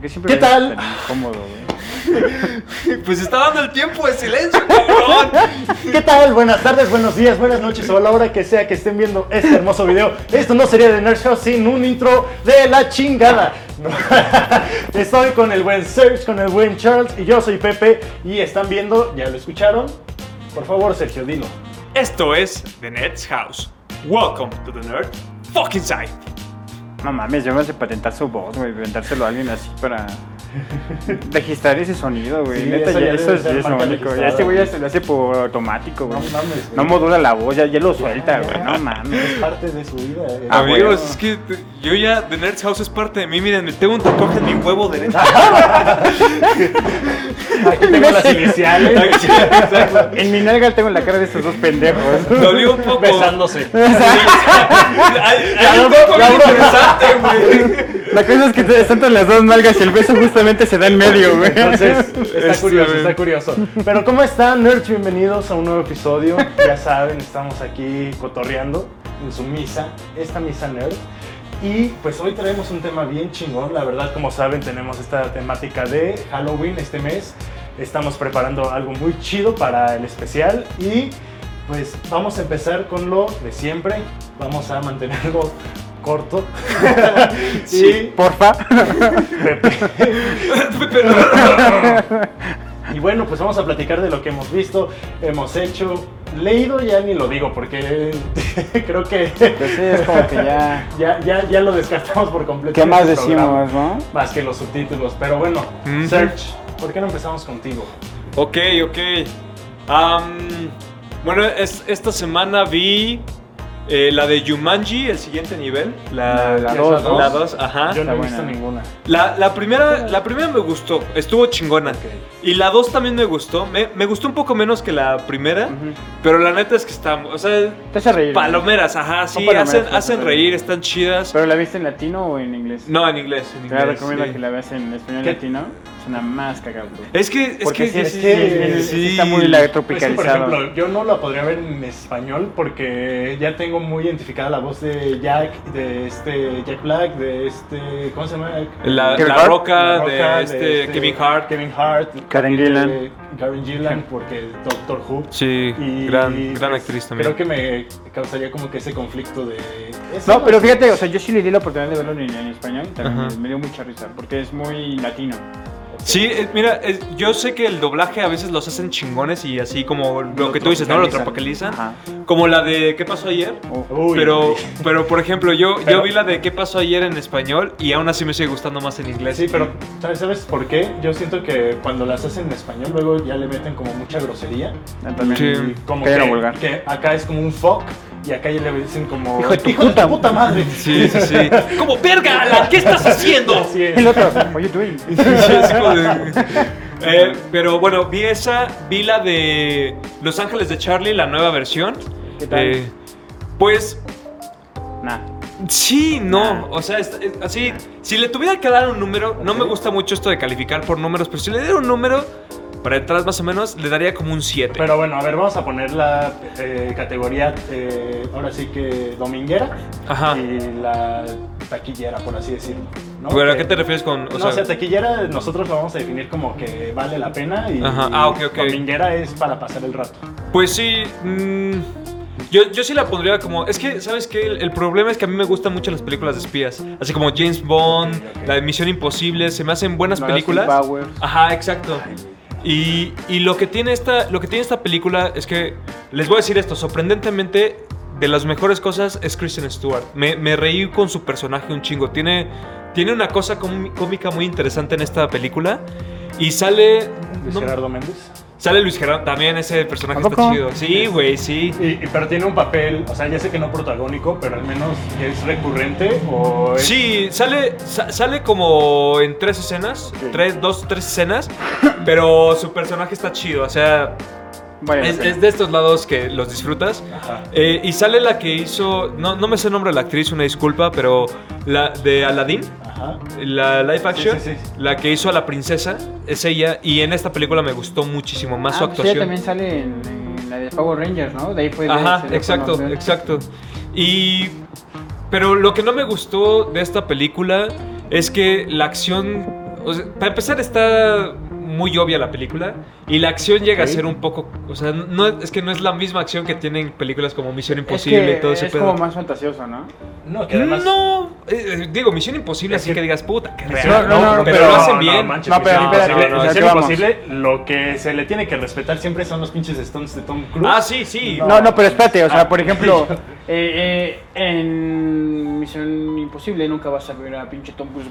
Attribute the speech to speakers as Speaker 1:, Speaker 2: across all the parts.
Speaker 1: qué siempre
Speaker 2: ¿Qué
Speaker 1: me ves
Speaker 2: tal?
Speaker 1: tan incómodo, güey?
Speaker 3: Pues está dando el tiempo de silencio, cabrón.
Speaker 2: ¿Qué tal? Buenas tardes, buenos días, buenas noches o a la hora que sea que estén viendo este hermoso video. Esto no sería de Nerd Show sin un intro de la chingada. No. Estoy con el buen Serge, con el buen Charles y yo soy Pepe y están viendo, ya lo escucharon. Por favor, Sergio, dilo.
Speaker 3: Esto es The Nerd's House. Welcome to the Nerd Fucking Side.
Speaker 1: No mames, yo me hace patentar su voz, güey, inventárselo a alguien así para registrar ese sonido, güey.
Speaker 2: Sí,
Speaker 1: Neta,
Speaker 2: eso
Speaker 1: ya,
Speaker 2: ya
Speaker 1: eso
Speaker 2: debe
Speaker 1: es,
Speaker 2: ser
Speaker 1: ya es
Speaker 2: marca
Speaker 1: único. Ya
Speaker 2: registrada,
Speaker 1: este güey ya
Speaker 2: güey.
Speaker 1: se lo hace por automático, güey.
Speaker 2: No mames, güey.
Speaker 1: No modula la voz, ya, ya lo suelta,
Speaker 2: Ya,
Speaker 1: güey.
Speaker 2: ya.
Speaker 1: No mames.
Speaker 2: parte de su vida. eh.
Speaker 1: Ah,
Speaker 3: Amigos,
Speaker 1: bueno.
Speaker 3: es que t- yo ya, The Nerd's House es parte de mí. Miren, me tengo un tatuaje en mi huevo derecho.
Speaker 1: Ah,
Speaker 2: Aquí tengo las iniciales.
Speaker 1: En mi nalga tengo la cara de estos dos pendejos.
Speaker 3: Dolió un poco.
Speaker 2: Besándose.
Speaker 3: Sí, o sea, hay, hay un
Speaker 1: Ya,
Speaker 3: poco
Speaker 1: ya,
Speaker 3: bien
Speaker 1: ya.
Speaker 3: interesante, güey.
Speaker 1: La cosa es que están entre las dos nalgas y el beso justamente se da en medio, güey.
Speaker 2: Entonces, está
Speaker 3: Este,
Speaker 2: curioso,
Speaker 3: güey.
Speaker 2: está curioso. Pero ¿cómo están, nerds? Bienvenidos a un nuevo episodio. Ya saben, estamos aquí cotorreando en su misa, esta misa nerd. Y pues hoy traemos un tema bien chingón, la verdad, como saben, tenemos esta temática de Halloween este mes. Estamos preparando algo muy chido para el especial y pues vamos a empezar con lo de siempre. Vamos a mantenerlo corto.
Speaker 3: Sí.
Speaker 1: Porfa.
Speaker 2: Y bueno, pues vamos a platicar de lo que hemos visto, hemos hecho, leído ya ni lo digo porque creo que
Speaker 1: Pues sí, es como que ya.
Speaker 2: ya, ya, ya lo descartamos por completo.
Speaker 1: ¿Qué
Speaker 2: en
Speaker 1: más
Speaker 2: este
Speaker 1: decimos,
Speaker 2: programa.
Speaker 1: no?
Speaker 2: Más que los subtítulos, pero bueno,
Speaker 3: Ujú.
Speaker 2: Search, ¿por qué no empezamos contigo?
Speaker 3: Ok, ok. Am, bueno, es- esta semana vi eh, la de Jumanji, el siguiente nivel. La
Speaker 1: La- la
Speaker 2: dos, ¿no?
Speaker 3: La 2, ajá.
Speaker 2: Yo no
Speaker 1: Ah, está
Speaker 2: he
Speaker 1: buena.
Speaker 2: visto ninguna.
Speaker 3: La, la primera, la primera me gustó, estuvo chingona. Y la 2 también me gustó. Me, me gustó un poco menos que la primera,
Speaker 1: Ujú.
Speaker 3: pero la neta es que está. O sea,
Speaker 1: Te hace reír. ¿no?
Speaker 3: palomeras, ajá, sí,
Speaker 1: palomeras,
Speaker 3: hacen,
Speaker 1: pero
Speaker 3: hacen
Speaker 1: está
Speaker 3: reír,
Speaker 1: bien.
Speaker 3: están chidas.
Speaker 1: ¿Pero la viste en latino o en inglés?
Speaker 3: No, en inglés. En
Speaker 1: Te
Speaker 3: inglés,
Speaker 1: recomiendo
Speaker 3: sí. Eh,
Speaker 1: que la veas en español
Speaker 2: ¿Qué?
Speaker 1: latino. Es una más cagada, güey.
Speaker 3: Es que. Es
Speaker 1: Porque
Speaker 3: que,
Speaker 1: sí,
Speaker 3: que
Speaker 1: es-
Speaker 3: sí,
Speaker 1: sí, es-
Speaker 3: sí.
Speaker 1: está muy la-
Speaker 2: Es que, Pues por
Speaker 1: tropicalizado.
Speaker 2: ejemplo, yo no la podría ver en español porque ya tengo muy identificada la voz de Jack, de este Jack Black, de este, ¿cómo se llama?
Speaker 3: La,
Speaker 1: Kevin
Speaker 3: la
Speaker 1: Hart.
Speaker 3: roca
Speaker 2: La
Speaker 3: de,
Speaker 2: Roca,
Speaker 3: este, Kevin Hart.
Speaker 2: Kevin Hart.
Speaker 1: Karen
Speaker 2: eh,
Speaker 1: Gillan.
Speaker 2: Karen Gillan, porque Doctor Who.
Speaker 3: Sí,
Speaker 2: Y,
Speaker 3: gran, gran
Speaker 2: pues,
Speaker 3: actriz también.
Speaker 2: Creo que me causaría como que ese conflicto de... ¿es
Speaker 1: No,
Speaker 2: algo
Speaker 1: pero
Speaker 2: así?
Speaker 1: fíjate, o sea, yo sí le di la oportunidad de verlo en, en español. También
Speaker 3: Ajá.
Speaker 1: me dio mucha risa porque es muy latino.
Speaker 3: Sí, eh, mira, eh, yo sé que el doblaje a veces los hacen chingones y así como lo
Speaker 2: Lo
Speaker 3: que tú dices, ¿no? Lo
Speaker 2: tropicalizan.
Speaker 3: tropicalizan. Como la de ¿Qué pasó ayer?
Speaker 1: Oh.
Speaker 2: Uy,
Speaker 3: pero, pero por ejemplo, yo, yo
Speaker 2: Pero-
Speaker 3: vi la de ¿Qué pasó ayer en español? Y aún así me sigue gustando más en
Speaker 2: Pues
Speaker 3: inglés.
Speaker 2: Sí, pero ¿sabes, ¿sabes por qué? Yo siento que cuando las hacen en español luego ya le meten como mucha grosería.
Speaker 1: Ah, también.
Speaker 3: Sí.
Speaker 2: Y como
Speaker 1: Que era
Speaker 2: que,
Speaker 1: vulgar.
Speaker 2: que acá es como un fuck y acá ya le dicen como...
Speaker 1: Hijo de tu puta".
Speaker 2: madre!
Speaker 3: Sí, sí, sí. Como, verga, Alan, ¿qué estás haciendo?
Speaker 2: Así es.
Speaker 1: El otro, what you doing?
Speaker 3: Sí, es como de- Eh, pero bueno, vi esa, vi la de Los Ángeles de Charlie, la nueva versión.
Speaker 1: ¿Qué tal?
Speaker 3: Eh, pues
Speaker 1: Nah.
Speaker 3: sí,
Speaker 1: Nah.
Speaker 3: no. O sea, es- es- así, si le tuviera que dar un número, no me
Speaker 2: Ok.
Speaker 3: gusta mucho esto de calificar por números, pero si le diera un número, para atrás más o menos, le daría como un 7.
Speaker 2: Pero bueno, a ver, vamos a poner la eh, categoría, eh, ahora sí que dominguera
Speaker 3: Ajá.
Speaker 2: y la taquillera, por así decirlo. Eh, ¿no?
Speaker 3: ¿Pero a
Speaker 2: Que-
Speaker 3: qué te refieres con.? O
Speaker 2: no,
Speaker 3: sea,
Speaker 2: o sea, taquillera nosotros la vamos a definir como que vale la pena y
Speaker 3: Ajá. Ah, ok, ok.
Speaker 2: dominguera es para pasar el rato.
Speaker 3: Pues sí. mm, yo, yo sí la pondría como. Es que, ¿sabes qué? El, el problema es que a mí me gustan mucho las películas de espías. Así como James Bond,
Speaker 2: Ok, ok.
Speaker 3: la de Misión Imposible, se me hacen buenas
Speaker 1: No,
Speaker 3: películas.
Speaker 1: Austin Powers.
Speaker 3: Ajá, exacto. Y, y lo, que tiene esta, lo que tiene esta película es que. Les voy a decir esto, sorprendentemente. De las mejores cosas es Kristen Stewart. Me, me reí con su personaje un chingo. Tiene, tiene una cosa com- cómica muy interesante en esta película. Y sale.
Speaker 2: Luis
Speaker 3: no-
Speaker 2: Gerardo Méndez.
Speaker 3: Sale Luis Gerardo, también ese personaje
Speaker 1: ¿A
Speaker 3: está
Speaker 1: poco?
Speaker 3: chido. Sí, güey, sí.
Speaker 2: Y, y- pero tiene un papel, o sea, ya sé que no protagónico, pero al menos es recurrente o es-
Speaker 3: Sí, sale, sa- sale como en tres escenas,
Speaker 2: Ok.
Speaker 3: tres, dos, tres escenas, pero su personaje está chido, o sea,
Speaker 1: Vale,
Speaker 3: es,
Speaker 1: la pena.
Speaker 3: es de estos lados que los disfrutas.
Speaker 2: Ajá.
Speaker 3: Eh, y sale la que hizo, no, no me sé el nombre de la actriz, una disculpa, pero la de Aladdin,
Speaker 2: Ajá.
Speaker 3: la live action,
Speaker 2: sí, sí.
Speaker 3: la que hizo a la princesa, es ella, y en esta película me gustó muchísimo más su
Speaker 1: Ah, pues ella
Speaker 3: actuación.
Speaker 1: también sale en, en la de Power Rangers, ¿no? De ahí fue. de-
Speaker 3: Ajá,
Speaker 1: se dio a
Speaker 3: exacto,
Speaker 1: conocer.
Speaker 3: exacto. Y. Pero lo que no me gustó de esta película es que la acción. O sea, para empezar está muy obvia la película y la acción llega
Speaker 2: Ok.
Speaker 3: a ser un poco, o sea, no es que no es la misma acción que tienen películas como Misión Imposible
Speaker 1: es que
Speaker 3: y todo ese
Speaker 1: es
Speaker 3: pedo.
Speaker 1: como más fantasioso, ¿no?
Speaker 2: No, que además.
Speaker 3: no, eh, eh, digo, Misión Imposible,
Speaker 2: Es
Speaker 3: así
Speaker 2: que-
Speaker 3: que, digas, puta, qué
Speaker 2: Real.
Speaker 3: real,
Speaker 1: No, no, no,
Speaker 3: pero,
Speaker 1: pero-
Speaker 3: lo hacen
Speaker 1: no,
Speaker 3: bien.
Speaker 2: manches,
Speaker 1: No, pero
Speaker 2: Misión
Speaker 1: espérate,
Speaker 2: Imposible-
Speaker 1: o sea,
Speaker 2: Misión
Speaker 1: ¿qué vamos?
Speaker 2: imposible, lo que se le tiene que respetar siempre son los pinches stunts de Tom Cruise.
Speaker 3: ah, sí, sí.
Speaker 1: No, no, pero espérate, o sea,
Speaker 2: Ah.
Speaker 1: por ejemplo, eh, eh, en Misión Imposible nunca vas a ver a pinche Tom Cruise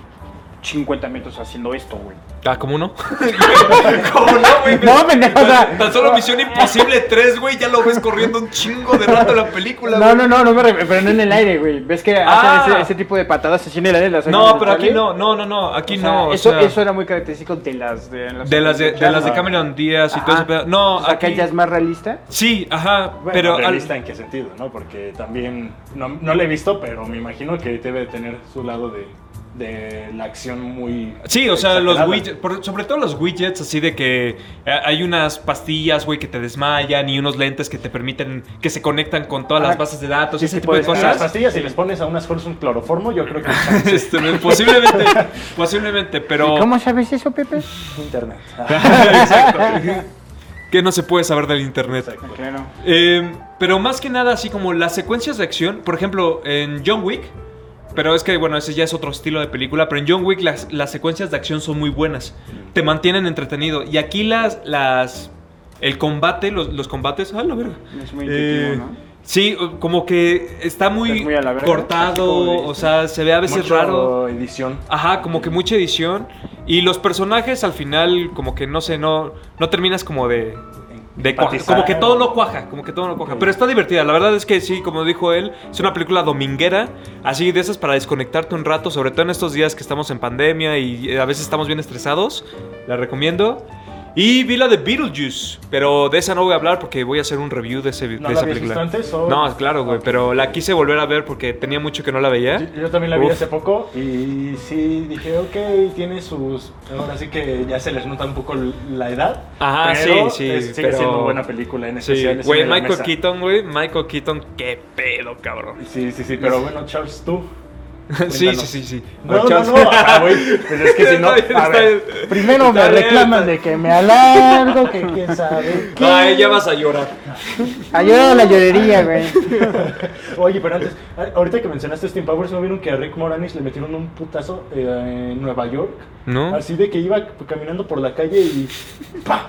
Speaker 1: 50 metros haciendo esto, güey.
Speaker 3: Ah, ¿cómo no? ¿Cómo no, güey?
Speaker 1: No, pendejo, o sea,
Speaker 3: Tan, tan solo Misión Imposible 3, güey, ya lo ves corriendo un chingo de rato la película,
Speaker 1: No, no,
Speaker 3: güey.
Speaker 1: no, no me re- pero no en el aire, güey. Ves que
Speaker 3: Ah.
Speaker 1: hacen ese, ese tipo de patadas así en el aire. las hacen
Speaker 3: No,
Speaker 1: cuando
Speaker 3: pero aquí
Speaker 1: sale.
Speaker 3: no, no, no, no, aquí
Speaker 1: O sea,
Speaker 3: no. o
Speaker 1: eso,
Speaker 3: sea,
Speaker 1: eso era muy característico de las de las
Speaker 3: de las de, de las de Cameron Díaz y todo
Speaker 1: Ajá.
Speaker 3: ese pedo. No,
Speaker 1: O sea, que
Speaker 3: aquí-
Speaker 1: ya es más realista.
Speaker 3: Sí, ajá,
Speaker 2: Bueno,
Speaker 3: pero al-
Speaker 2: realista en qué sentido, ¿no? Porque también no, no la he visto, pero me imagino que debe de tener su lado de, de la acción muy.
Speaker 3: Sí, o sea, los
Speaker 2: exagerada.
Speaker 3: widgets, por- sobre todo los widgets, así de que eh, hay unas pastillas, güey, que te desmayan y unos lentes que te permiten, que se conectan con todas
Speaker 1: Ah,
Speaker 3: las bases de datos
Speaker 1: sí,
Speaker 3: y ese
Speaker 1: sí,
Speaker 3: tipo de
Speaker 1: puedes-
Speaker 2: Con las
Speaker 3: cosas.
Speaker 2: pastillas, si les pones a unas horas un cloroformo, yo creo que
Speaker 3: Este, no, posiblemente, posiblemente, pero
Speaker 1: ¿Cómo sabes eso, Pepe?
Speaker 2: es internet.
Speaker 3: que no se puede saber del internet.
Speaker 1: Ah, Claro.
Speaker 3: Eh, pero más que nada, así como las secuencias de acción, por ejemplo, en John Wick, pero es que, bueno, ese ya es otro estilo de película, pero en John Wick las, las secuencias de acción son muy buenas,
Speaker 1: Mm.
Speaker 3: te mantienen entretenido. Y aquí las, las, el combate, los, los combates, ah, la verga.
Speaker 1: Es muy
Speaker 3: Eh,
Speaker 1: intuitivo, ¿no?
Speaker 3: Sí, o- como que está muy,
Speaker 1: Es muy a la verga, así como
Speaker 3: cortado,
Speaker 1: dices.
Speaker 3: o sea, se ve a veces
Speaker 2: Mucho
Speaker 3: raro.
Speaker 2: Edición.
Speaker 3: Ajá, como que mucha edición. Y los personajes al final, como que no sé, no, no terminas como de, de cuaja.
Speaker 2: Empatizar.
Speaker 3: Como que todo no cuaja, como que todo no cuaja.
Speaker 2: Ok.
Speaker 3: Pero está divertida, la verdad es que sí, como dijo él, es una película dominguera, así de esas para desconectarte un rato, sobre todo en estos días que estamos en pandemia y eh, a veces estamos bien estresados. La recomiendo. Y vi la de Beetlejuice, pero de esa no voy a hablar porque voy a hacer un review de, ese, de
Speaker 2: ¿No la
Speaker 3: esa
Speaker 2: habías
Speaker 3: película.
Speaker 2: visto antes o-
Speaker 3: No, claro, güey,
Speaker 2: Ok.
Speaker 3: pero la quise volver a ver porque tenía mucho que no la veía.
Speaker 2: Yo, yo también la vi
Speaker 3: ¿Eh? Uf.
Speaker 2: hace poco y sí dije, ok, tiene sus. Ahora sí que ya se les nota un poco la edad.
Speaker 3: Ajá,
Speaker 2: pero
Speaker 3: sí, sí,
Speaker 2: es- sigue
Speaker 3: pero-
Speaker 2: siendo buena película en
Speaker 3: Sí,
Speaker 2: especial. escena
Speaker 3: güey,
Speaker 2: de la
Speaker 3: Michael
Speaker 2: mesa.
Speaker 3: Keaton, güey, Michael Keaton, qué pedo, cabrón.
Speaker 2: Sí, sí, sí, pero bueno, Charles, tú.
Speaker 3: Sí,
Speaker 2: Cuéntanos.
Speaker 3: sí, sí, sí.
Speaker 2: No, no,
Speaker 3: Charles-
Speaker 2: no, ah, güey, pues es que si no,
Speaker 3: Está bien,
Speaker 2: a
Speaker 3: está
Speaker 2: ver,
Speaker 3: bien.
Speaker 1: Primero me
Speaker 3: Está bien,
Speaker 1: reclaman
Speaker 3: está
Speaker 1: de que me alargo, que quién sabe. qué.
Speaker 3: Ay, ya vas a llorar.
Speaker 1: Ayuda a Ah, la llorería, güey.
Speaker 2: Oye, pero antes, a- ahorita que mencionaste Steam Powers, ¿no vieron que a Rick Moranis le metieron un putazo eh, en Nueva York?
Speaker 3: No.
Speaker 2: Así de que iba caminando por la calle y ¡pa!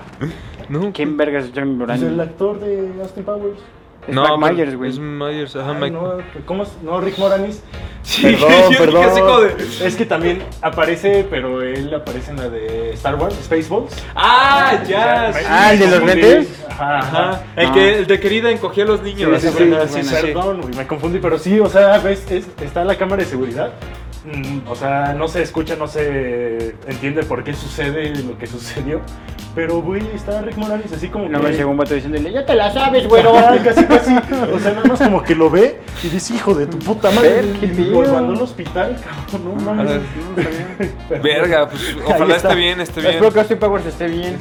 Speaker 3: No.
Speaker 1: ¿Quién vergas es John
Speaker 2: Pues el
Speaker 1: Moran?
Speaker 2: actor de Austin Powers.
Speaker 1: Es Mike
Speaker 3: pero
Speaker 1: Myers, güey.
Speaker 3: Es Myers, ajá,
Speaker 2: Ay,
Speaker 3: Ah, Mike.
Speaker 2: no, ¿cómo es? No, Rick Moranis.
Speaker 3: Sí,
Speaker 2: Perdón,
Speaker 3: yo dije
Speaker 2: perdón.
Speaker 3: así como de.
Speaker 2: Es que también aparece, pero él aparece en la de Star Wars, Spaceballs.
Speaker 3: Ah, ya. sí.
Speaker 1: Ah, ¿el de los
Speaker 2: Me confundí.
Speaker 1: lentes?
Speaker 2: Ajá,
Speaker 3: Ajá.
Speaker 2: ajá.
Speaker 3: El,
Speaker 1: Ah.
Speaker 3: que, el de querida encogía a los
Speaker 2: Sí,
Speaker 3: niños.
Speaker 2: sí,
Speaker 3: así,
Speaker 2: sí,
Speaker 3: güey.
Speaker 2: sí,
Speaker 1: bueno,
Speaker 2: perdón, güey, me confundí, pero sí, o sea, ves, es- está la cámara de seguridad. mm, O sea, no se escucha, no se entiende por qué sucede lo que sucedió. Pero, güey, está Rick Morales así como
Speaker 1: No
Speaker 2: que...
Speaker 1: me llegó un vato diciéndole, ya te la sabes,
Speaker 2: Pero,
Speaker 1: güero.
Speaker 2: ah, casi, casi. O sea, nada más como que lo ve y dice, hijo de tu puta madre.
Speaker 1: Ver, qué
Speaker 2: Y
Speaker 1: tío.
Speaker 2: lo mandó al hospital, cabrón, no
Speaker 3: A
Speaker 2: mames.
Speaker 3: ver.
Speaker 2: Pero-
Speaker 3: Verga, pues
Speaker 2: Ahí
Speaker 3: ojalá
Speaker 2: está.
Speaker 3: esté bien, esté bien.
Speaker 1: Espero que Austin Powers esté bien.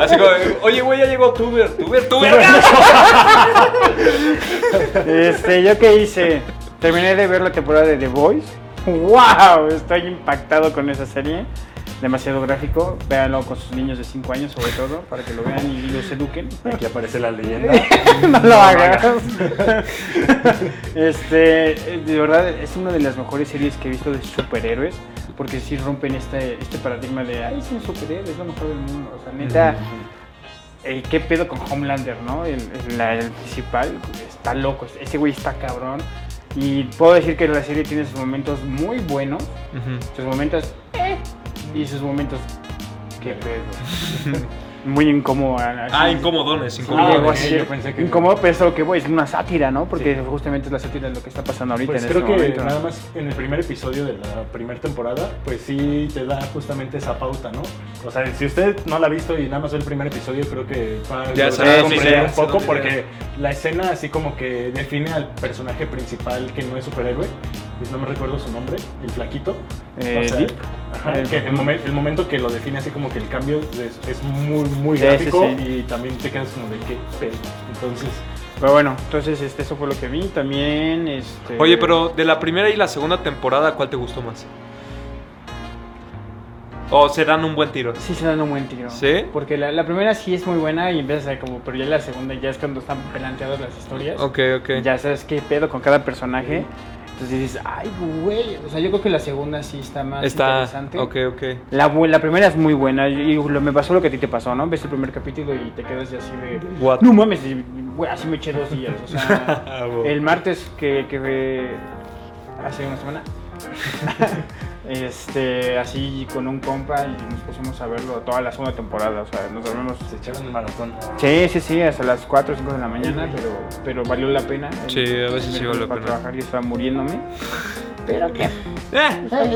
Speaker 3: Así como, de, oye, güey, ya llegó Tuber, Tuber, Tuber.
Speaker 1: Este, ¿yo qué hice? Terminé de ver la temporada de The Voice. ¡Wow! Estoy impactado con esa serie. Demasiado gráfico. Véanlo con sus niños de 5 años, sobre todo, para que lo vean y los eduquen.
Speaker 2: Aquí aparece la leyenda.
Speaker 1: no lo hagas. este, de verdad, es una de las mejores series que he visto de superhéroes. Porque sí rompen este, este paradigma de, ay, sí, superhéroe, es lo mejor del mundo. O sea, neta, eh, ¿qué pedo con Homelander, no? El, el- la- el principal está loco, ese güey está cabrón. Y puedo decir que la serie tiene sus momentos muy buenos,
Speaker 3: Ujú.
Speaker 1: sus momentos eh, y sus momentos qué pedo. muy incómodo. así.
Speaker 3: Ah, incomodones,
Speaker 1: Sí,
Speaker 2: Ah,
Speaker 1: llegó
Speaker 2: ok,
Speaker 1: a
Speaker 3: incomodones.
Speaker 1: ser
Speaker 2: yo pensé que-
Speaker 1: incómodo, pensó que güey, es una sátira, ¿no? Porque
Speaker 2: Sí.
Speaker 1: justamente es la sátira de lo que está pasando ahorita
Speaker 2: Pues
Speaker 1: en
Speaker 2: creo
Speaker 1: este
Speaker 2: que
Speaker 1: momento.
Speaker 2: nada más en el primer episodio de la primera temporada, pues sí te da justamente esa pauta, ¿no? O sea, si usted no la ha visto y nada más ve el primer episodio, creo que va a
Speaker 3: Ya
Speaker 2: lograr
Speaker 3: sabe,
Speaker 2: comprender
Speaker 3: sí, ya,
Speaker 2: un poco
Speaker 3: sí, ya.
Speaker 2: porque la escena así como que define al personaje principal que no es superhéroe, pues no me recuerdo su nombre, el flaquito.
Speaker 1: Eh,
Speaker 2: O sea,
Speaker 1: Deep.
Speaker 2: ajá,
Speaker 1: El-
Speaker 2: que el, momen- el momento que lo define así como que el cambio es, es muy, muy
Speaker 1: Sí, sí,
Speaker 2: gráfico
Speaker 1: sí.
Speaker 2: y también te quedas como de qué pedo. Entonces,
Speaker 1: Pero bueno, entonces este, eso fue lo que vi. También, este.
Speaker 3: Oye, pero de la primera y la segunda temporada, ¿cuál te gustó más? O se dan un buen tiro.
Speaker 1: Sí se dan un buen tiro.
Speaker 3: ¿Sí?
Speaker 1: Porque la, la primera sí es muy buena y empiezas a como, pero ya la segunda ya es cuando están planteadas las historias.
Speaker 3: Ok, ok.
Speaker 1: Ya sabes qué pedo con cada personaje. Entonces dices, ay, güey. O sea, yo creo que la segunda sí está más
Speaker 3: Está.
Speaker 1: interesante.
Speaker 3: Ok, ok.
Speaker 1: La, bu- la primera es muy buena y lo- me pasó lo que a ti te pasó, ¿no? Ves el primer capítulo y te quedas así de...
Speaker 3: What?
Speaker 1: No mames, y, güey, así me eché dos días. O sea,
Speaker 3: Ah, bueno.
Speaker 1: el martes que, que fue hace una semana, este, así con un compa y nos pusimos a verlo toda la segunda temporada. O sea, nos dormimos...
Speaker 2: Se echaron el maratón.
Speaker 1: Sí, sí, sí, hasta las 4 o 5 de la mañana, pero, pero valió la pena.
Speaker 3: Sí, a veces sí vale la
Speaker 1: Para
Speaker 3: pena.
Speaker 1: trabajar y estaba muriéndome. Pero qué...
Speaker 3: Ah,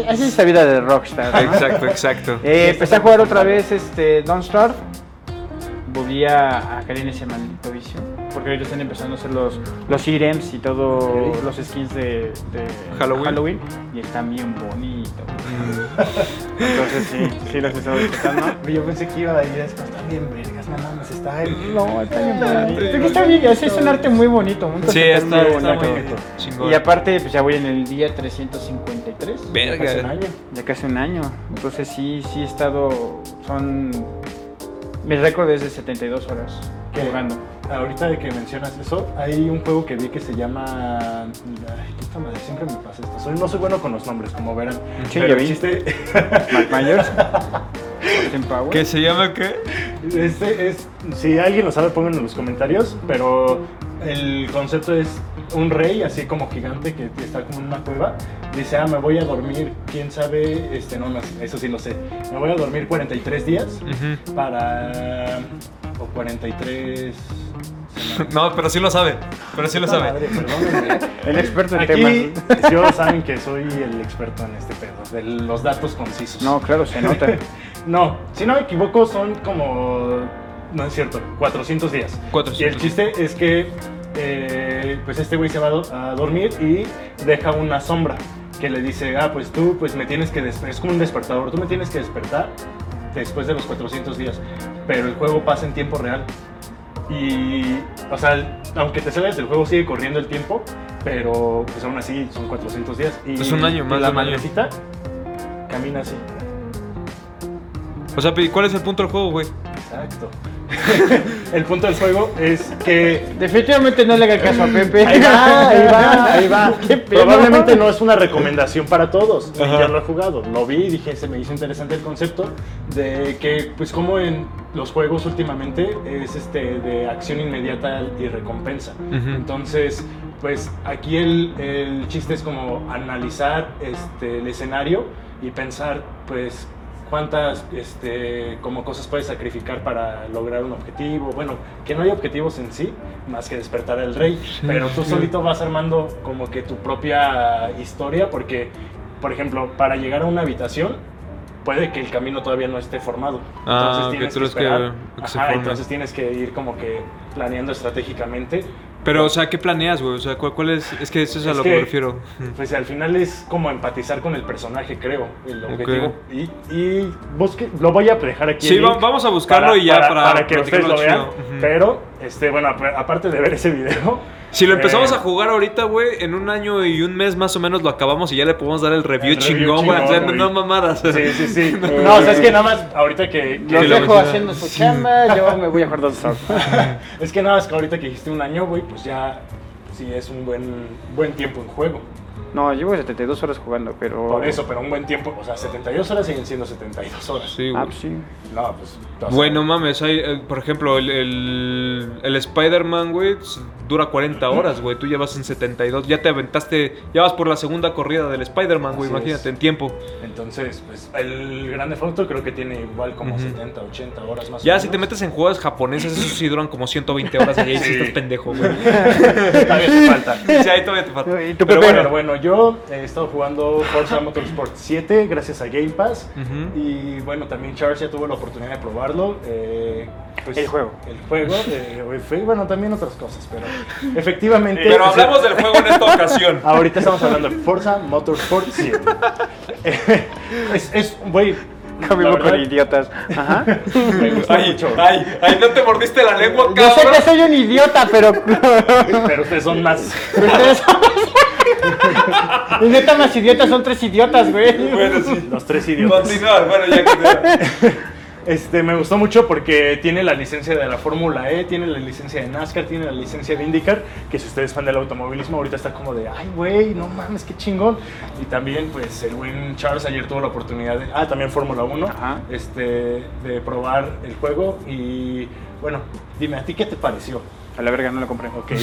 Speaker 1: Así es la vida de rockstar, ¿no?
Speaker 3: Exacto, exacto.
Speaker 1: Eh, empecé a jugar otra vez este Don't Starve. Volví a, a caer en ese maldito vicio. Porque ahorita están empezando a hacer los, los ítems y todo,
Speaker 2: Ok.
Speaker 1: los skins de, de
Speaker 3: Halloween.
Speaker 1: Y están bien bonitos. Entonces sí, sí los he estado disfrutando.
Speaker 2: Yo pensé que iba a ir a estos también, vergas, no mames, está el...
Speaker 1: No, está bien bonito. Es que está bien, es, es un arte muy bonito. un
Speaker 3: Sí,
Speaker 1: concepto
Speaker 3: está,
Speaker 1: muy
Speaker 3: está
Speaker 1: bonito.
Speaker 3: muy chingón.
Speaker 1: Y aparte, pues ya voy en el día 353.
Speaker 3: Verga.
Speaker 2: Hace un año.
Speaker 1: Ya casi un año. Entonces sí, sí he estado. Son. Mi récord es de 72 horas
Speaker 2: ¿Qué?
Speaker 1: jugando.
Speaker 2: Ahorita de que mencionas eso, hay un juego que vi que se llama... Ay, puta madre, siempre me pasa esto. Soy, no soy bueno con los nombres, como verán.
Speaker 1: Sí,
Speaker 2: Pero
Speaker 1: ya
Speaker 2: el
Speaker 1: vi.
Speaker 2: chiste-
Speaker 1: Mac Myers. Austin Powers.
Speaker 3: ¿Qué se llama qué?
Speaker 2: Este es, si alguien lo sabe, pónganlo en los comentarios, pero el concepto es un rey, así como gigante, que está como en una cueva, dice, ah, me voy a dormir, quién sabe, este, no, no, eso sí lo sé, me voy a dormir 43 días
Speaker 3: Ujú.
Speaker 2: para, o 43... semanas".
Speaker 3: No, pero sí lo sabe. Pero sí lo
Speaker 2: Puta
Speaker 3: sabe.
Speaker 2: madre, perdónenme.
Speaker 1: El experto en
Speaker 2: Aquí,
Speaker 1: temas.
Speaker 2: yo saben que soy el experto en este pedo, de los datos concisos.
Speaker 1: No, claro, se nota.
Speaker 2: pues, No, si no me equivoco, son como. No es cierto, 400 días.
Speaker 3: 400.
Speaker 2: Y el chiste es que. eh, pues este güey se va a do- a dormir y deja una sombra que le dice: Ah, pues tú, pues me tienes que despertar. Es como un despertador, tú me tienes que despertar después de los 400 días. Pero el juego pasa en tiempo real. Y, o sea, aunque te salgas del juego, sigue corriendo el tiempo, pero pues aún así son 400 días. Y
Speaker 3: Es un año, más
Speaker 2: La
Speaker 3: de un año.
Speaker 2: madrecita camina así.
Speaker 3: O sea, ¿y ¿cuál es el punto del juego, güey?
Speaker 2: Exacto. El punto del juego es que.
Speaker 1: Definitivamente no le haga caso a Pepe.
Speaker 2: Ahí va, ahí va, ahí va.
Speaker 1: Qué pedo.
Speaker 2: Probablemente no es una recomendación para todos. y
Speaker 3: Ajá.
Speaker 2: Yo lo he jugado, lo vi y dije, se me hizo interesante el concepto de que, pues, como en los juegos últimamente es este de acción inmediata y recompensa.
Speaker 3: Ujú.
Speaker 2: Entonces, pues, aquí el, el chiste es como analizar este, el escenario y pensar, pues, cuántas este, como cosas puedes sacrificar para lograr un objetivo. Bueno, que no hay objetivos en sí, más que despertar al rey, pero tú solito vas armando como que tu propia historia, porque, por ejemplo, para llegar a una habitación, puede que el camino todavía no esté formado.
Speaker 3: Ah, que tú los que-
Speaker 2: esperar.
Speaker 3: que se
Speaker 2: Ajá,
Speaker 3: forme.
Speaker 2: entonces tienes que ir como que planeando estratégicamente
Speaker 3: Pero, o sea, ¿qué planeas, güey? O sea, ¿cuál, cuál es? Es que eso es a
Speaker 2: Es
Speaker 3: lo que,
Speaker 2: que-
Speaker 3: me refiero.
Speaker 2: Pues al final es como empatizar con el personaje, creo, el objetivo. Y, y busque- lo voy a dejar aquí.
Speaker 3: Sí,
Speaker 2: el
Speaker 3: va-
Speaker 2: link
Speaker 3: vamos a buscarlo y ya para
Speaker 2: que ustedes
Speaker 3: platicarlo
Speaker 2: lo vean.
Speaker 3: chido. Ujú.
Speaker 2: Pero, este, bueno, ap- aparte de ver ese video,
Speaker 3: Si lo empezamos
Speaker 2: Eh.
Speaker 3: a jugar ahorita, güey, en un año y un mes más o menos lo acabamos y ya le podemos dar el review
Speaker 2: El review
Speaker 3: chingón, güey.
Speaker 2: chingón,
Speaker 3: O sea, no,
Speaker 2: güey.
Speaker 3: no mamadas.
Speaker 2: sí, sí, sí.
Speaker 1: Eh,
Speaker 2: no, o sea, es que nada más ahorita que. que-
Speaker 1: Los
Speaker 3: Sí, la
Speaker 1: dejo
Speaker 3: verdad.
Speaker 1: haciendo su chamba, yo me voy a jugar Don't Starve.
Speaker 2: es que nada más que ahorita que dijiste un año, güey, pues ya sí es un buen, buen tiempo en juego.
Speaker 1: No, llevo 72 horas jugando, pero.
Speaker 3: Oh.
Speaker 2: Por eso, pero un buen tiempo, o sea, 72 horas siguen siendo 72 horas.
Speaker 3: Sí,
Speaker 1: Ah,
Speaker 3: güey.
Speaker 1: pues sí.
Speaker 2: No, pues. o sea,
Speaker 3: Bueno, mames, hay, eh, por ejemplo, el, el, el Spider-Man, güey, s- dura 40 horas, güey. Tú llevas en 72, ya te aventaste, ya vas por la segunda corrida del Spider-Man, güey,
Speaker 2: Así
Speaker 3: imagínate,
Speaker 2: es.
Speaker 3: en tiempo.
Speaker 2: Entonces, pues el Grande Foto creo que tiene igual como
Speaker 3: Ujú.
Speaker 2: 70, 80 horas más.
Speaker 3: Ya si te metes en juegos japoneses, esos sí duran como 120 horas y ahí sí
Speaker 2: Sí.
Speaker 3: estás pendejo, güey.
Speaker 2: Todavía te falta.
Speaker 3: Sí, ahí todavía te falta.
Speaker 1: ¿Y tú,
Speaker 2: Pero
Speaker 1: Pepe?
Speaker 2: bueno, bueno, yo he estado jugando Forza Motorsport 7 gracias a Game Pass.
Speaker 3: Ujú.
Speaker 2: Y bueno, también Charles ya tuvo la oportunidad de probarlo. eh, pues,
Speaker 1: El juego.
Speaker 2: El juego. eh, fue- bueno, también otras cosas, pero efectivamente.
Speaker 3: Pero
Speaker 2: o sea,
Speaker 3: hablamos del juego en esta ocasión.
Speaker 2: Ahorita estamos hablando de Forza Motorsport 7. Eh, es, es, güey. la
Speaker 1: Convivo con
Speaker 2: verdad,
Speaker 1: idiotas. Ajá.
Speaker 2: Me gusta
Speaker 3: Ay,
Speaker 2: mucho.
Speaker 3: ay, ay, no te mordiste la lengua,
Speaker 1: Yo sé
Speaker 3: cabrón.
Speaker 1: que soy un idiota, pero.
Speaker 2: Pero ustedes son más.
Speaker 1: Ustedes- Y neta, más idiotas son tres idiotas, güey.
Speaker 3: Bueno, sí.
Speaker 4: Los tres idiotas.
Speaker 3: Continuar, bueno, ya que
Speaker 2: Este, me gustó mucho porque tiene la licencia de la Fórmula E, tiene la licencia de NASCAR, tiene la licencia de IndyCar, que si usted es fan del automovilismo, ahorita está como de, ay, güey, no mames, qué chingón. Y también, pues, el buen Charles ayer tuvo la oportunidad de, ah, también Fórmula 1,
Speaker 1: Ajá.
Speaker 2: este, de probar el juego y, bueno, dime, ¿a ti qué te pareció?
Speaker 1: A la verga, no lo compré. Ah,
Speaker 2: Ok.
Speaker 1: No, no,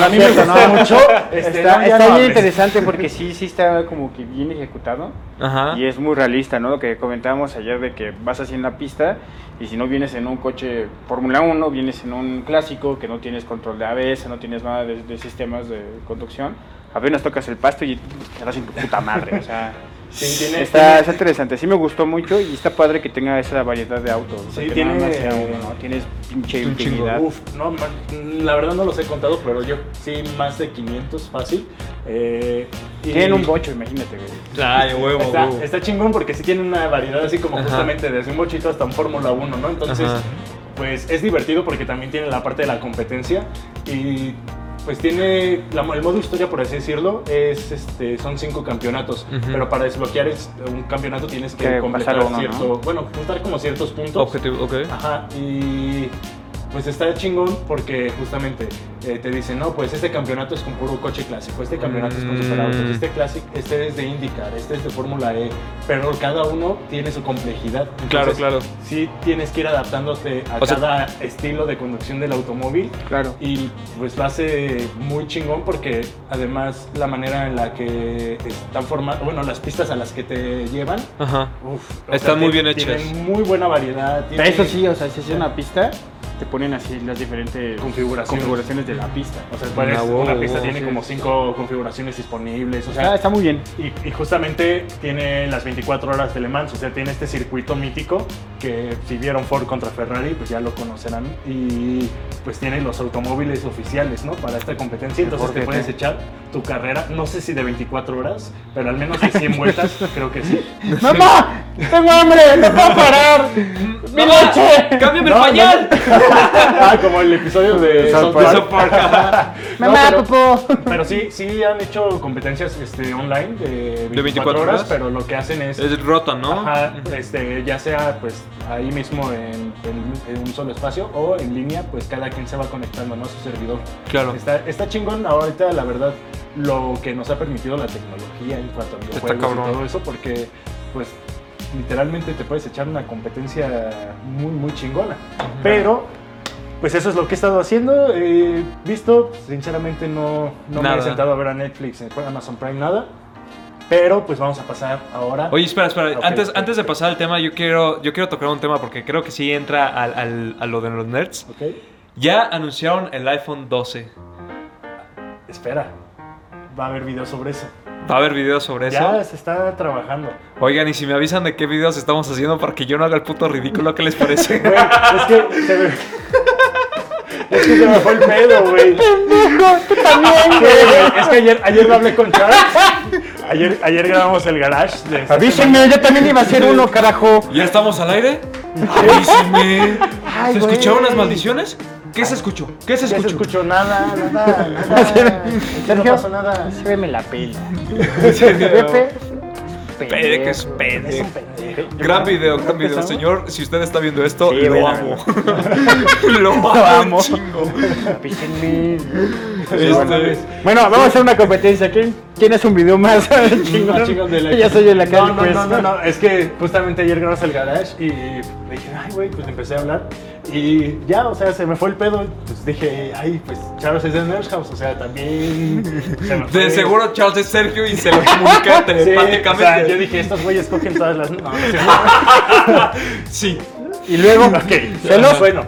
Speaker 2: Ah, a mí me
Speaker 1: cierto,
Speaker 2: gustó
Speaker 1: no.
Speaker 2: mucho. este,
Speaker 1: Está,
Speaker 2: no, ya
Speaker 1: está
Speaker 2: no
Speaker 1: bien
Speaker 2: hables.
Speaker 1: interesante porque sí, sí está como que bien ejecutado.
Speaker 3: Ajá.
Speaker 1: Y es muy realista, ¿no? Lo que comentábamos ayer de que vas así en la pista y si no vienes en un coche Fórmula 1, vienes en un clásico que no tienes control de ABS, no tienes nada de, de sistemas de conducción, apenas tocas el pasto y te das en tu puta madre, o sea...
Speaker 2: Sí, tiene-
Speaker 1: Está,
Speaker 2: tiene-
Speaker 1: está interesante, sí me gustó mucho y está padre que tenga esa variedad de autos. o sea,
Speaker 2: Sí,
Speaker 1: que nada
Speaker 2: tiene-
Speaker 1: más sea uno, ¿no? Tienes pinche
Speaker 3: Un chingo,
Speaker 1: infinidad.
Speaker 2: Uf, no, man, la verdad no los he contado, pero yo sí, más de 500 fácil. Eh, y-
Speaker 1: Tienen un bocho, imagínate, güey.
Speaker 3: Ay, huevo,
Speaker 2: Está,
Speaker 3: huevo.
Speaker 2: está chingón porque sí tiene una variedad así como
Speaker 3: Ajá.
Speaker 2: justamente desde un bochito hasta un Fórmula 1, ¿no? Entonces,
Speaker 3: Ajá.
Speaker 2: pues es divertido porque también tiene la parte de la competencia y pues tiene la- el modo historia por así decirlo es este son cinco campeonatos
Speaker 3: Ujú.
Speaker 2: pero para desbloquear es- un campeonato tienes que,
Speaker 1: Que
Speaker 2: completar
Speaker 1: pasar uno,
Speaker 2: cierto
Speaker 1: ¿no?
Speaker 2: bueno juntar como ciertos puntos
Speaker 3: Objetivo, ok.
Speaker 2: Ajá, y pues está chingón porque justamente eh, te dicen, no, pues este campeonato es con puro coche clásico, este campeonato es con superautos,
Speaker 3: Mm.
Speaker 2: este clásico, este es de IndyCar, este es de Fórmula E, pero cada uno tiene su complejidad.
Speaker 3: Claro,
Speaker 2: Entonces,
Speaker 3: claro.
Speaker 2: Sí tienes que ir adaptándote a
Speaker 3: O sea-
Speaker 2: cada estilo de conducción del automóvil
Speaker 1: Claro.
Speaker 2: y pues lo hace muy chingón porque además la manera en la que están formadas, bueno, las pistas a las que te llevan,
Speaker 3: Ajá.
Speaker 2: uf, o
Speaker 3: Están muy
Speaker 2: ti-
Speaker 3: bien hechas.
Speaker 2: Tienen muy buena variedad.
Speaker 1: Pero Eso
Speaker 2: tienen-
Speaker 1: sí, o sea, si es una pista, te ponen así las diferentes
Speaker 2: Configuraciones.
Speaker 1: configuraciones de la pista.
Speaker 2: O sea, puedes-
Speaker 3: Ah, wow,
Speaker 2: una pista
Speaker 3: wow,
Speaker 2: tiene
Speaker 1: sí.
Speaker 2: como cinco configuraciones disponibles, o
Speaker 1: Está,
Speaker 2: sea,
Speaker 1: está muy bien.
Speaker 2: y, y justamente tiene las 24 horas de Le Mans, o sea, tiene este circuito mítico que si vieron Ford contra Ferrari, pues ya lo conocerán y pues tiene los automóviles oficiales, ¿no? Para esta competencia,
Speaker 1: El
Speaker 2: entonces te
Speaker 1: Ford GT.
Speaker 2: puedes echar tu carrera, no sé si de 24 horas, pero al menos de 100 vueltas, creo que sí.
Speaker 1: ¡Mamá! ¡Tengo hambre! ¡No puedo parar! ¡Mi noche!
Speaker 3: ¡Cámbiame
Speaker 2: No,
Speaker 3: el
Speaker 2: no.
Speaker 3: pañal!
Speaker 2: Ah, como el episodio de
Speaker 1: South
Speaker 2: South
Speaker 1: Park.
Speaker 2: Park.
Speaker 3: South Park.
Speaker 2: No,
Speaker 1: ¡Mamá,
Speaker 2: pero-
Speaker 1: popó!
Speaker 2: Pero sí, sí han hecho competencias este, online de 24,
Speaker 3: 24
Speaker 2: horas,
Speaker 3: horas.
Speaker 2: pero lo que hacen es,
Speaker 3: Es rota, ¿no?
Speaker 2: ajá, este, ya sea pues ahí mismo en, en- en un solo espacio o en línea, pues cada quien se va conectando ¿no? a su servidor.
Speaker 3: Claro.
Speaker 2: Está, está chingón ahorita, la verdad, lo que nos ha permitido la tecnología en cuanto a videojuegos
Speaker 3: cabrón.
Speaker 2: y todo eso, porque pues literalmente te puedes echar una competencia muy, muy chingona. Pero, pues eso es lo que he estado haciendo. eh, visto, sinceramente no, no me
Speaker 3: Nada.
Speaker 2: he sentado a ver a Netflix, a Amazon Prime, nada. Pero, pues vamos a pasar ahora.
Speaker 3: Oye, espera, espera.
Speaker 2: Ok,
Speaker 3: antes,
Speaker 2: ok,
Speaker 3: antes de
Speaker 2: ok.
Speaker 3: pasar al tema, yo quiero, yo quiero tocar un tema porque creo que sí entra al, al- a lo de los nerds.
Speaker 2: Ok,
Speaker 3: Ya anunciaron el iPhone 12.
Speaker 2: espera. Va a haber videos sobre eso.
Speaker 3: ¿Va a haber videos sobre eso?
Speaker 2: Ya se está trabajando.
Speaker 3: Oigan, y si me avisan de qué videos estamos haciendo para que yo no haga el puto ridículo, ¿qué les parece?
Speaker 2: Güey, es que se me... Es que se me fue el pedo, güey. Sí, güey, Es que ayer, ayer lo hablé con Charles. Ayer, ayer grabamos el garage. De esta
Speaker 1: Avísenme, yo también iba a ser uno, carajo.
Speaker 3: ¿Ya estamos al aire? ¡Avísenme!
Speaker 1: Ay,
Speaker 3: ¿Se
Speaker 1: güey.
Speaker 3: escucharon las maldiciones? ¿Qué se escuchó? ¿Qué se
Speaker 2: semana. Ya se
Speaker 3: escuchó?
Speaker 2: escuchó nada, nada, nada. No pasó nada.
Speaker 1: Sí, veme la pela. Pepe.
Speaker 3: Pede que es pede. Gran video, gran video. Señor, si usted está viendo esto,
Speaker 1: Sí,
Speaker 3: lo
Speaker 1: bueno,
Speaker 3: amo. lo amo.
Speaker 1: amo.
Speaker 3: un chingo.
Speaker 1: Avísenme.
Speaker 3: Este,
Speaker 1: Bueno, vamos a hacer una competencia. ¿Quién, quién es un video más chingón?
Speaker 2: Más chingón de la-
Speaker 1: Ya soy el la
Speaker 2: No,
Speaker 1: calle,
Speaker 2: no,
Speaker 1: pues.
Speaker 2: no, no, no, es que justamente ayer grabamos el garage y le dije, ay, güey, pues empecé a hablar. Y ya, o sea, se me fue el pedo. Pues dije, ay, pues Charles es de Nerd House, o sea, también. se me fue.
Speaker 3: De seguro Charles es Sergio y se lo comunica
Speaker 2: Sí, o sea,
Speaker 3: telepáticamente.
Speaker 2: yo dije, estos güeyes cogen todas las. No, no es cierto.
Speaker 3: sí,
Speaker 1: Y luego,
Speaker 2: ok,
Speaker 1: celos.
Speaker 2: Bueno.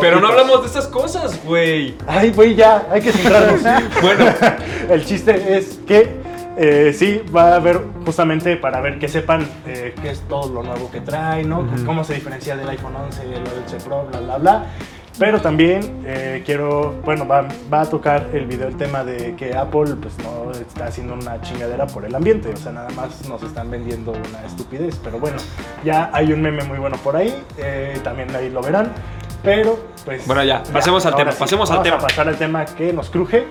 Speaker 3: pero no
Speaker 2: poquitos.
Speaker 3: hablamos de esas cosas, güey.
Speaker 2: Ay, güey, ya, hay que centrarnos.
Speaker 3: Bueno.
Speaker 2: el chiste es que eh, sí, va a haber justamente para ver que sepan eh, qué es todo lo nuevo que trae, ¿no? Cómo se diferencia del iPhone 11, del 11 Pro, bla, bla, bla. Pero también eh, quiero, bueno, va, va a tocar el video el tema de que Apple pues no está haciendo una chingadera por el ambiente, o sea, nada más nos están vendiendo una estupidez, pero bueno, ya hay un meme muy bueno por ahí, eh, también ahí lo verán, pero pues...
Speaker 3: Bueno, ya, pasemos al
Speaker 2: ahora
Speaker 3: tema, pasemos al
Speaker 2: vamos
Speaker 3: tema.
Speaker 2: a pasar al tema que nos cruje.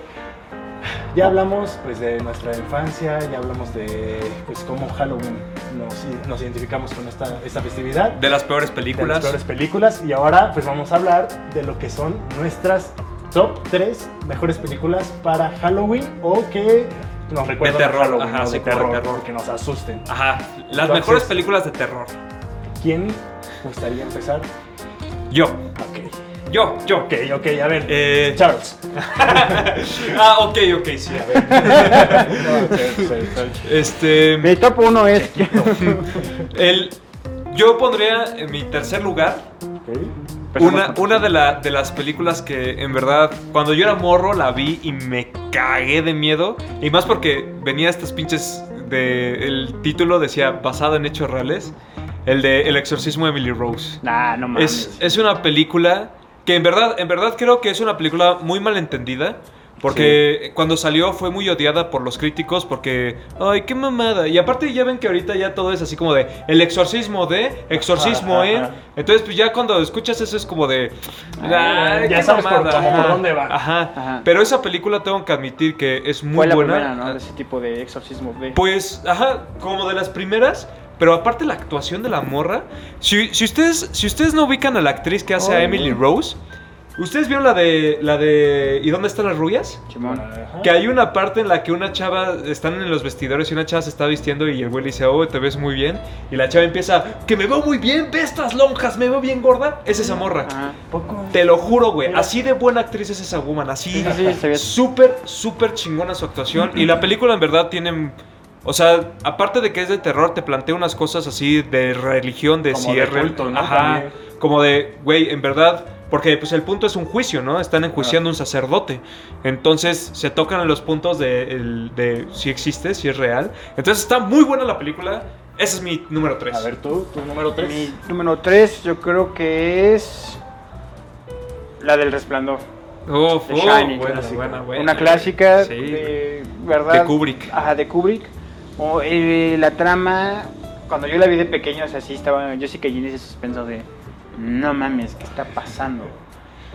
Speaker 2: Ya hablamos pues de nuestra infancia, ya hablamos de pues cómo Halloween nos, nos identificamos con esta, esta festividad.
Speaker 3: De las peores
Speaker 2: de las
Speaker 3: películas.
Speaker 2: peores películas y ahora pues vamos a hablar de lo que son nuestras top 3 mejores películas para Halloween o que nos recuerdan a
Speaker 3: terror,
Speaker 2: Halloween,
Speaker 3: ajá,
Speaker 2: ¿no?
Speaker 3: sí,
Speaker 2: de
Speaker 3: correcto.
Speaker 2: terror, que nos asusten.
Speaker 3: Ajá, las
Speaker 2: Entonces-
Speaker 3: mejores películas de terror.
Speaker 2: ¿Quién gustaría empezar?
Speaker 3: Yo,
Speaker 2: Ok,
Speaker 3: yo, yo.
Speaker 2: ok, ok, a ver.
Speaker 3: Eh,
Speaker 2: Charles.
Speaker 3: ah, ok, ok, sí.
Speaker 2: A ver. No, Charles, Charles, Charles.
Speaker 3: Este.
Speaker 1: Mi top 1 es.
Speaker 3: Pues, El, yo pondría en mi tercer lugar
Speaker 2: Ok.
Speaker 3: una, una de, la- de las películas que en verdad cuando yo era morro la vi y me cagué de miedo. Y más porque venía estas pinches de... El título decía basado en hechos reales. El de El exorcismo de Emily Rose.
Speaker 1: Nah, no mames.
Speaker 3: Es, es una película que en verdad, en verdad creo que es una película muy malentendida. Porque cuando salió fue muy odiada por los críticos porque, ay, qué mamada. Y aparte ya ven que ahorita ya todo es así como de, el exorcismo de, exorcismo
Speaker 2: Ajá,
Speaker 3: en.
Speaker 2: ajá.
Speaker 3: Entonces pues ya cuando escuchas eso es como de,
Speaker 1: Ah,
Speaker 3: "Ay,
Speaker 2: ya
Speaker 3: qué
Speaker 2: sabes por-
Speaker 3: mamada".
Speaker 2: como por
Speaker 3: Ajá,
Speaker 2: dónde va.
Speaker 3: Ajá.
Speaker 1: Ajá.
Speaker 3: Pero esa película tengo que admitir que es muy
Speaker 1: Fue la
Speaker 3: buena.
Speaker 1: primera, ¿no? De ese tipo de exorcismo. De...
Speaker 3: Pues, ajá, como de las primeras. Pero aparte la actuación de la morra. Si, si ustedes, si ustedes no ubican a la actriz que hace
Speaker 1: Oh,
Speaker 3: a Emily
Speaker 1: no.
Speaker 3: Rose, ¿ustedes vieron la de. la de. ¿Y dónde están las rubias?
Speaker 1: Chimón.
Speaker 2: Ajá.
Speaker 3: Que hay una parte en la que una chava están en los vestidores y una chava se está vistiendo y el güey le dice, oh, te ves muy bien. Y la chava empieza, que me veo muy bien, ve estas lonjas, me veo bien gorda. Es esa morra.
Speaker 1: Ajá.
Speaker 2: Poco.
Speaker 3: Te lo juro, güey.
Speaker 2: Mira.
Speaker 3: Así de buena actriz es esa woman.
Speaker 1: Sí,
Speaker 3: Así.
Speaker 1: sí, sí, se ve.
Speaker 3: Súper, súper chingona su actuación. Y la película en verdad tiene... O sea, aparte de que es de terror, te plantea unas cosas así de religión, de
Speaker 2: Como de
Speaker 3: cierre.
Speaker 2: culto, ¿no?
Speaker 3: Ajá.
Speaker 2: También.
Speaker 3: Como de, güey, en verdad... Porque pues el punto es un juicio, ¿no? Están enjuiciando a un sacerdote. Entonces se tocan los puntos de, el- de si existe, si es real. Entonces está muy buena la película. Ese es mi número 3.
Speaker 2: A ver tú, tu número 3.
Speaker 1: Mi número 3 yo creo que es. La del resplandor.
Speaker 3: Uf,
Speaker 1: The
Speaker 3: uf, oh,
Speaker 1: Shining,
Speaker 3: buena,
Speaker 1: clásica.
Speaker 3: buena, buena.
Speaker 1: Una clásica
Speaker 3: Sí, güey.
Speaker 1: de verdad.
Speaker 3: De Kubrick.
Speaker 1: Ajá, de Kubrick. O, eh, la trama, cuando yo la vi de pequeño, o sea, sí estaba, yo sí que llené ese suspenso de, no mames, ¿qué está pasando?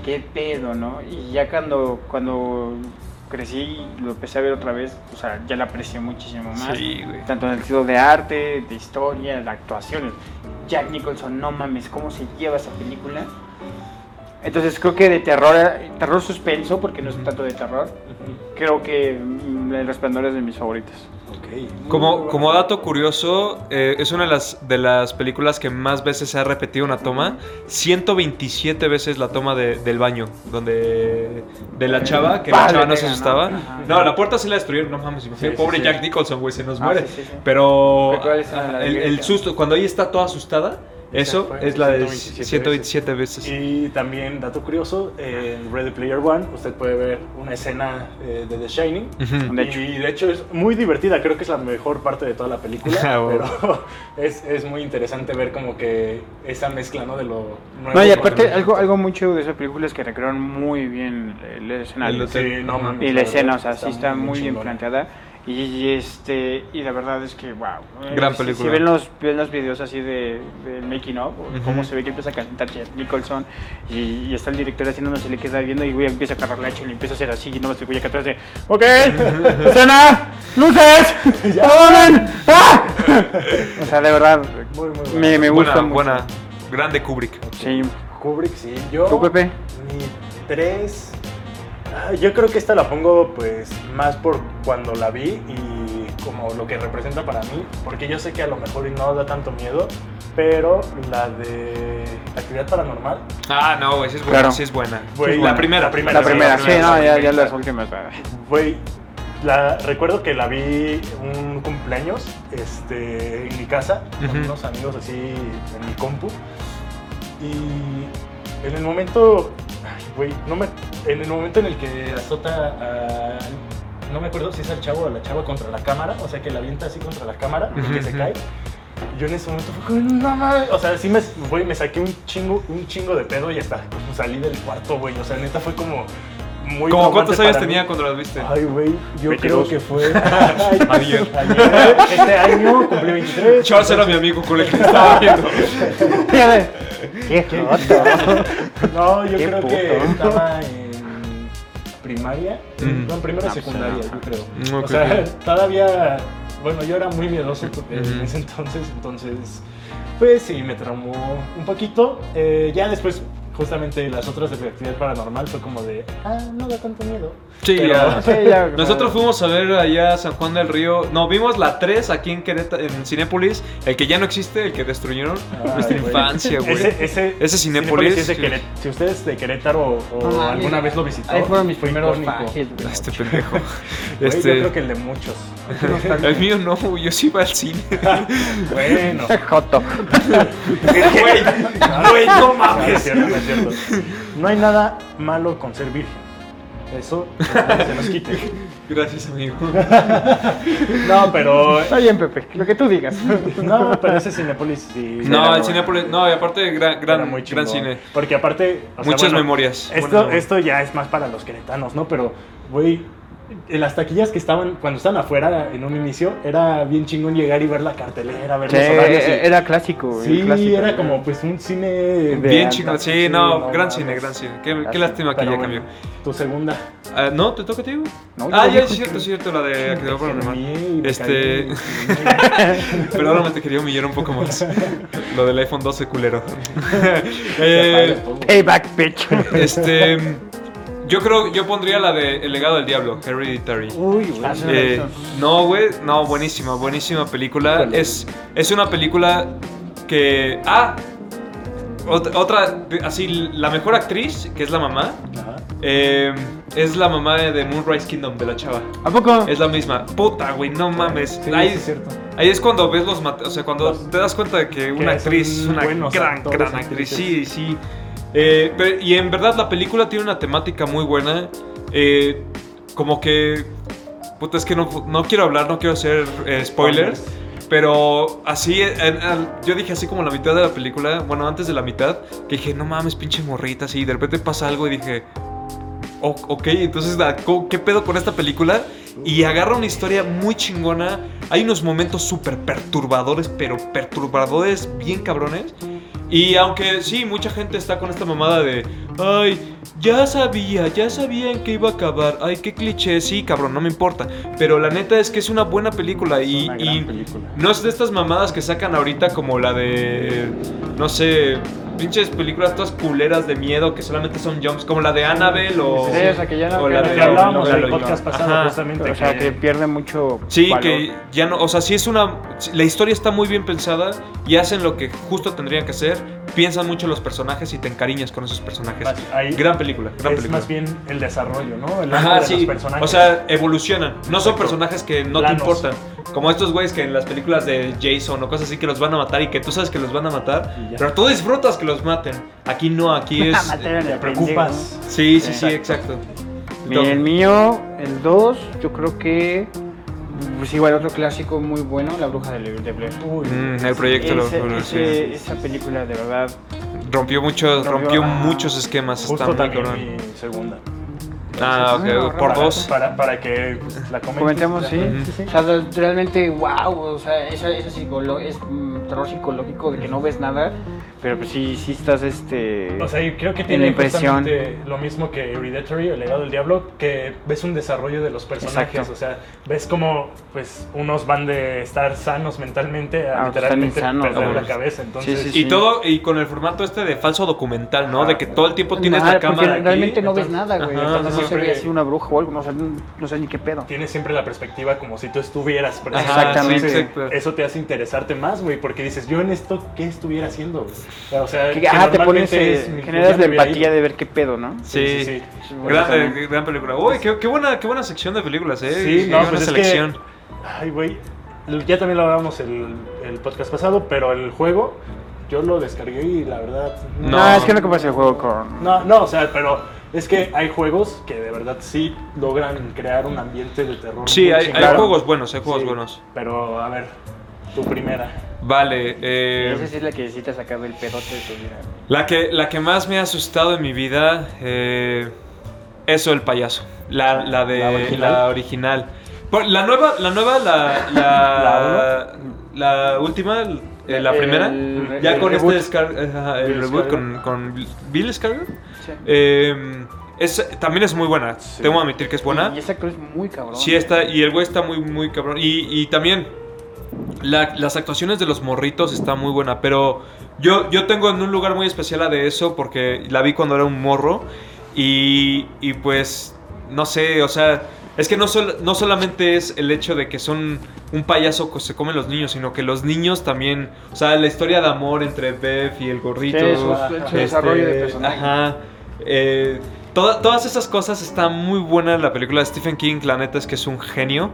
Speaker 1: ¿Qué pedo, no? Y ya cuando, cuando crecí, lo empecé a ver otra vez, o sea, ya la aprecié muchísimo más.
Speaker 3: Sí, güey.
Speaker 1: Tanto en el sentido de arte, de historia, de actuaciones. Jack Nicholson, no mames, ¿cómo se lleva esa película? Entonces creo que de terror, terror suspenso, porque no es tanto de terror, creo que mm, El Resplandor es de mis favoritas.
Speaker 2: Ok.
Speaker 3: Como, como dato curioso, eh, es una de las, de las películas que más veces se ha repetido una toma. 127 veces la toma de- del baño, donde de la chava, que la
Speaker 1: Pa, le
Speaker 3: chava no se
Speaker 1: pega, ¿no?
Speaker 3: asustaba.
Speaker 1: Ajá.
Speaker 3: No, la puerta sí la destruyeron, no mames, imagínate,
Speaker 2: sí,
Speaker 3: pobre
Speaker 2: sí.
Speaker 3: Jack Nicholson, güey, se nos
Speaker 1: Ah,
Speaker 3: muere.
Speaker 1: sí, sí, sí.
Speaker 3: Pero
Speaker 1: ¿Cuál es la de la
Speaker 3: ah, el, el
Speaker 1: iglesia?
Speaker 3: susto, cuando ella está toda asustada,
Speaker 2: Esa
Speaker 3: eso
Speaker 2: fue
Speaker 3: es la de
Speaker 2: 127
Speaker 3: 127 veces.
Speaker 2: Y también, dato curioso, en Ready Player One usted puede ver una escena eh, de The Shining.
Speaker 3: Ujú.
Speaker 1: De hecho.
Speaker 2: Y de hecho es muy divertida, creo que es la mejor parte de toda la película.
Speaker 3: Ah, bueno.
Speaker 2: pero es, es muy interesante ver como que esa mezcla, ¿no? De lo nuevo.
Speaker 1: No, y
Speaker 2: con
Speaker 1: aparte,
Speaker 2: lo-
Speaker 1: algo, algo muy chido de esa película es que recrearon muy bien el escenario.
Speaker 3: El hotel.
Speaker 2: Sí, no mames,
Speaker 1: Y la
Speaker 2: verdad,
Speaker 1: escena, o sea, sí está muy bien
Speaker 2: chingona.
Speaker 1: planteada. Y, y este y la verdad es que, wow. eh,
Speaker 3: Gran
Speaker 1: si- Si,
Speaker 3: película.
Speaker 1: ven, los, ven los videos así de, del making of, o
Speaker 3: Ujú.
Speaker 1: cómo se ve que empieza a cantar Jack Nicholson y, y está el director haciendo, no se le queda viendo y güey, empieza a agarrar la hecha y le empieza a hacer así y no me estoy acá atrás de, ok, escena, luces, orden, ¡Ah! O sea, de verdad,
Speaker 2: Muy, muy buena.
Speaker 1: me, me gusta
Speaker 3: buena,
Speaker 1: mucho.
Speaker 3: buena, grande Kubrick.
Speaker 1: Sí,
Speaker 2: Kubrick, sí. Yo,
Speaker 1: ¿Tú, Pepe?
Speaker 2: Mi tres. ah, Yo creo que esta la pongo, pues, más por cuando la vi y como lo que representa para mí. Porque yo sé que a lo mejor y no da tanto miedo, pero la de actividad paranormal.
Speaker 3: Ah, no, güey, sí es buena,
Speaker 1: Claro.
Speaker 3: sí es buena.
Speaker 2: Güey,
Speaker 3: la
Speaker 2: la-
Speaker 3: primera,
Speaker 2: la primera,
Speaker 1: la
Speaker 2: sí,
Speaker 1: primera, sí,
Speaker 2: primera,
Speaker 1: no,
Speaker 2: la
Speaker 1: ya, ya
Speaker 2: primera.
Speaker 1: las últimas. ah.
Speaker 2: Güey, la, recuerdo que la vi un cumpleaños este, en mi casa, con
Speaker 3: Ujú.
Speaker 2: unos amigos así en mi compu. Y en el momento, ay, güey, no me, en el momento en el que azota a, no me acuerdo si es al chavo o a la chava contra la cámara, o sea que la avienta así contra la cámara y que
Speaker 3: Ujú,
Speaker 2: se
Speaker 3: ujú.
Speaker 2: cae. Yo en ese momento fue como, no mames. O sea, sí me, güey, me saqué un chingo, un chingo de pedo y hasta salí del cuarto, güey. O sea, neta fue como muy.
Speaker 3: Como cuántos
Speaker 2: traumante
Speaker 3: años
Speaker 2: para mí.
Speaker 3: tenía cuando las viste?
Speaker 2: Ay, güey, yo
Speaker 1: 22.
Speaker 2: creo que fue
Speaker 3: Ayer.
Speaker 2: ayer. Este año cumplí 23.
Speaker 3: Charles era mi amigo con el que estaba viendo.
Speaker 1: ¡Qué joto!
Speaker 2: No, yo
Speaker 1: Qué
Speaker 2: creo que
Speaker 1: puto.
Speaker 2: estaba en primaria,
Speaker 3: Mm.
Speaker 2: no, en primera
Speaker 1: No, pues,
Speaker 2: secundaria,
Speaker 1: no.
Speaker 2: yo creo.
Speaker 3: Mm, ok,
Speaker 2: O sea,
Speaker 3: ok.
Speaker 2: todavía, bueno, yo era muy miedoso en
Speaker 3: Ujú.
Speaker 2: ese entonces, entonces, pues sí, me traumó un poquito. Eh, ya después, justamente las otras de actividad paranormal fue como de, ah, no da tanto miedo.
Speaker 3: Sí,
Speaker 2: Pero-
Speaker 3: ya.
Speaker 1: Sí, ya,
Speaker 3: Nosotros
Speaker 1: como-
Speaker 3: fuimos a ver allá a San Juan del Río. No, vimos la 3 aquí en Querétaro, en Cinépolis. El que ya no existe, el que destruyeron.
Speaker 2: Ay,
Speaker 3: Nuestra
Speaker 2: güey.
Speaker 3: infancia, Ah, güey.
Speaker 2: Ese, ese,
Speaker 3: Ese Cinépolis,
Speaker 2: es de
Speaker 3: sí.
Speaker 2: Querétaro. Si usted es de Querétaro o, o
Speaker 1: No mames.
Speaker 2: alguna vez lo visitó,
Speaker 1: Ah, Ahí fueron mis
Speaker 2: fue
Speaker 1: primeros
Speaker 2: icónico.
Speaker 1: fajes, güey.
Speaker 3: Este pendejo.
Speaker 2: Güey, Yo
Speaker 3: Este.
Speaker 2: creo que el de muchos.
Speaker 3: El mío no, yo sí iba al cine.
Speaker 2: bueno.
Speaker 1: Joto.
Speaker 3: Güey, güey, no
Speaker 2: No, no es
Speaker 3: mames.
Speaker 2: cierto, no es cierto. No hay nada malo con ser virgen. Eso que se nos quite.
Speaker 3: Gracias, amigo.
Speaker 2: No, pero.
Speaker 1: Está bien, Pepe, lo que tú digas.
Speaker 2: No, pero ese Cinépolis sí.
Speaker 3: No,
Speaker 2: era
Speaker 3: el Cinépolis. No, y aparte, gran,
Speaker 2: bueno, era
Speaker 3: gran,
Speaker 2: muy
Speaker 3: gran
Speaker 2: chingón.
Speaker 3: cine.
Speaker 2: Porque aparte. o sea,
Speaker 3: Muchas
Speaker 2: bueno,
Speaker 3: memorias.
Speaker 2: Esto,
Speaker 3: Buenas
Speaker 2: esto ya es más para los queretanos, ¿no? Pero, güey, en las taquillas que estaban, cuando estaban afuera en un inicio, era bien chingón llegar y ver la cartelera, ver
Speaker 1: Sí,
Speaker 2: los horarios. y-
Speaker 1: era clásico, güey,
Speaker 2: sí,
Speaker 1: clásico. eh.
Speaker 2: era como pues un cine. de
Speaker 3: Bien
Speaker 2: alta-
Speaker 3: chingón. Sí, no, gran
Speaker 2: mames.
Speaker 3: cine, gran cine. Qué, qué
Speaker 1: Gracias.
Speaker 3: lástima que
Speaker 2: Pero
Speaker 3: ya
Speaker 2: bueno,
Speaker 3: cambió.
Speaker 2: Tu segunda.
Speaker 3: Ah, no, te toca a ti, güey?
Speaker 1: No, yo
Speaker 3: ah, ya,
Speaker 1: digo
Speaker 3: es cierto,
Speaker 1: que-
Speaker 3: es cierto, la de actividad
Speaker 2: Me
Speaker 3: paranormal.
Speaker 2: caí, me
Speaker 3: Este-
Speaker 2: caí.
Speaker 3: Pero ahora me te quería humillar un poco más. Lo del iPhone 12, culero. Eh,
Speaker 1: Hey, back, bitch.
Speaker 3: este. Yo creo, yo pondría la de El legado del diablo, Hereditary.
Speaker 1: Uy, güey.
Speaker 2: Ah, sí, no la he
Speaker 3: Eh, no, güey, no, buenísima, buenísima película.
Speaker 1: Híjole.
Speaker 3: Es, es una película que. Ah, ot- otra, así, la mejor actriz, que es la mamá,
Speaker 2: Ajá.
Speaker 3: eh, es la mamá de, de Moonrise Kingdom, de la chava.
Speaker 1: ¿A poco?
Speaker 3: Es la misma. Puta, güey, no mames.
Speaker 2: Sí,
Speaker 3: ahí,
Speaker 2: sí es cierto.
Speaker 3: ahí es cuando ves los mate- O sea, cuando te das cuenta de que una
Speaker 2: son
Speaker 3: actriz es una
Speaker 2: buenos
Speaker 3: gran,
Speaker 2: actores,
Speaker 3: gran actriz. Sí,
Speaker 2: actrices.
Speaker 3: sí. Eh, pero- y en verdad la película tiene una temática muy buena. Eh, como que. Puta, es que no, no quiero hablar, no quiero hacer eh, spoilers. Pero así, eh, en- al- yo dije así como la mitad de la película, bueno, antes de la mitad, que dije, no mames, pinche morrita, así. Y de repente pasa algo y dije, o- ok, entonces, da- co- ¿qué pedo con esta película? Y agarra una historia muy chingona. Hay unos momentos súper perturbadores, pero perturbadores bien cabrones. Y aunque sí, mucha gente está con esta mamada de, ay, ya sabía, ya sabía en qué iba a acabar. Ay, qué cliché, sí, cabrón, no me importa. Pero la neta es que es una buena película y,
Speaker 2: Una
Speaker 3: y
Speaker 2: gran película.
Speaker 3: no es de estas mamadas que sacan ahorita como la de, no sé, pinches películas todas culeras de miedo que solamente son jumps, como la de Annabelle o...
Speaker 1: Sí, o sea, que ya no-
Speaker 3: o
Speaker 1: que
Speaker 3: la
Speaker 1: no-
Speaker 3: de-
Speaker 2: Que hablábamos
Speaker 3: la
Speaker 2: en
Speaker 3: de-
Speaker 2: el podcast pasado
Speaker 3: Ajá.
Speaker 2: justamente.
Speaker 1: O sea, que pierde mucho
Speaker 3: Sí,
Speaker 1: valor.
Speaker 3: que ya no, o sea, sí es una, la historia está muy bien pensada y hacen lo que justo tendrían que hacer, piensan mucho los personajes y te encariñas con esos personajes.
Speaker 2: Más- ahí
Speaker 3: gran película, gran
Speaker 2: es
Speaker 3: película.
Speaker 2: más bien el desarrollo, ¿no? El arco de
Speaker 3: Ajá,
Speaker 2: los
Speaker 3: sí.
Speaker 2: personajes.
Speaker 3: O sea, evolucionan. No son
Speaker 2: Exacto.
Speaker 3: personajes que no
Speaker 2: Planos.
Speaker 3: te importan. Como estos güeyes que en las películas de Jason o cosas así que los van a matar y que tú sabes que los van a matar,
Speaker 2: Y ya.
Speaker 3: pero tú disfrutas que los maten. Aquí no, aquí es.
Speaker 1: Amateur,
Speaker 2: te
Speaker 1: el
Speaker 2: preocupas.
Speaker 3: sí, sí, sí,
Speaker 1: Exacto.
Speaker 3: exacto.
Speaker 1: Mira, el mío, el 2, yo creo que. Pues igual otro clásico muy bueno, La Bruja de, de Blair.
Speaker 2: Uy,
Speaker 3: Mm, el proyecto lo-
Speaker 1: Ese-
Speaker 3: lo-
Speaker 1: ese-
Speaker 3: sí.
Speaker 1: Esa película, de verdad.
Speaker 3: rompió muchos,
Speaker 1: Rompió-
Speaker 3: rompió
Speaker 1: ah,
Speaker 3: muchos esquemas.
Speaker 2: justo
Speaker 3: Está muy
Speaker 2: también
Speaker 3: cabrón.
Speaker 2: mi segunda.
Speaker 1: Ah,
Speaker 3: Ah, ok, por
Speaker 1: raro.
Speaker 3: dos.
Speaker 2: Para, para que pues, la comentes.
Speaker 1: Comentemos, sí.
Speaker 2: Ujú.
Speaker 1: O sea, re- realmente, wow, o sea, esa, esa psicolo- es mm, terror psicológico de que no ves nada, pero pues sí, sí estás este...
Speaker 2: O sea, y creo que
Speaker 1: En
Speaker 2: tiene
Speaker 1: la impresión.
Speaker 2: justamente lo mismo que Hereditary, el legado del diablo, que ves un desarrollo de los personajes,
Speaker 1: Exacto.
Speaker 2: o sea, ves cómo pues unos van de estar sanos mentalmente a
Speaker 1: Ah, pues, están
Speaker 2: literalmente
Speaker 1: insanos,
Speaker 2: perder
Speaker 3: ¿no?
Speaker 2: la cabeza, entonces
Speaker 1: Sí, sí,
Speaker 3: Y todo, y con el formato este de falso documental, ¿no? De que todo el tiempo tienes
Speaker 1: Nada,
Speaker 3: la
Speaker 1: porque
Speaker 3: cámara. aquí.
Speaker 1: realmente no ves
Speaker 2: entonces-
Speaker 1: nada, güey.
Speaker 3: Ajá,
Speaker 1: entonces no se
Speaker 2: siempre-
Speaker 1: ve así una bruja o algo, no, o sea, no, no sé ni qué pedo.
Speaker 2: tienes siempre la perspectiva como si tú estuvieras presente.
Speaker 3: Ajá,
Speaker 1: Exactamente.
Speaker 3: sí, exacto.
Speaker 2: Eso te hace interesarte más, güey, porque dices, yo en esto, ¿qué estuviera haciendo? güey? O sea, que
Speaker 1: Que, ajá, te pones,
Speaker 2: normalmente
Speaker 1: eh,
Speaker 2: es mi- ya
Speaker 1: generas la
Speaker 2: me hubiera
Speaker 1: empatía
Speaker 2: ido.
Speaker 1: de ver qué pedo, ¿no?
Speaker 3: Sí,
Speaker 2: Sí, sí,
Speaker 1: sí.
Speaker 3: Gran,
Speaker 1: Bueno, también.
Speaker 3: eh, gran película. Uy, qué, qué buena, qué buena sección de películas, ¿eh?
Speaker 2: Sí,
Speaker 3: Qué
Speaker 2: no,
Speaker 3: buena
Speaker 2: pues es que-
Speaker 3: selección.
Speaker 2: Ay, güey. Ya también lo hablábamos el, el podcast pasado, pero el juego yo lo descargué y la verdad.
Speaker 1: No,
Speaker 3: No.
Speaker 1: es que no compras el juego con...
Speaker 2: No, no, o sea, pero es que hay juegos que de verdad sí logran crear un ambiente de terror.
Speaker 3: Sí,
Speaker 2: muy
Speaker 3: hay, hay
Speaker 2: chingón.
Speaker 3: juegos buenos, hay juegos
Speaker 2: Sí,
Speaker 3: buenos.
Speaker 2: Pero a ver, tu primera.
Speaker 3: Vale, eh,
Speaker 1: Esa sí es la que necesitas sacar del pedote de tu vida.
Speaker 3: la, que, la que más me ha asustado en mi vida, eh, eso, el payaso. La, la de
Speaker 2: ¿La
Speaker 3: la
Speaker 2: original?
Speaker 3: original. Por- La nueva, la nueva, la, la, la última, eh, la
Speaker 1: El-
Speaker 3: primera.
Speaker 1: el
Speaker 3: ya con
Speaker 1: reboot.
Speaker 3: este descar- ajá, el
Speaker 2: Bill
Speaker 3: reboot con, con Bill Skarsgård. Eh, Es, también es muy buena.
Speaker 2: Sí.
Speaker 3: Tengo que admitir que es buena.
Speaker 1: Y ese actor es muy cabrón.
Speaker 3: Sí, está. Y el güey está muy, muy cabrón. Y, y también. la- las actuaciones de los morritos están muy buena. Pero yo, yo tengo en un lugar muy especial la de eso. Porque la vi cuando era un morro. Y, y pues. No sé, o sea. Es que no, sol- no solamente es el hecho de que son un payaso que se comen los niños, sino que los niños también. O sea, la historia de amor entre Bev y el gorrito.
Speaker 1: Sí, su, su
Speaker 2: Este,
Speaker 1: desarrollo de personaje.
Speaker 3: Ajá. Eh, toda- todas esas cosas están muy buenas. La película de Stephen King, la neta es que es un genio.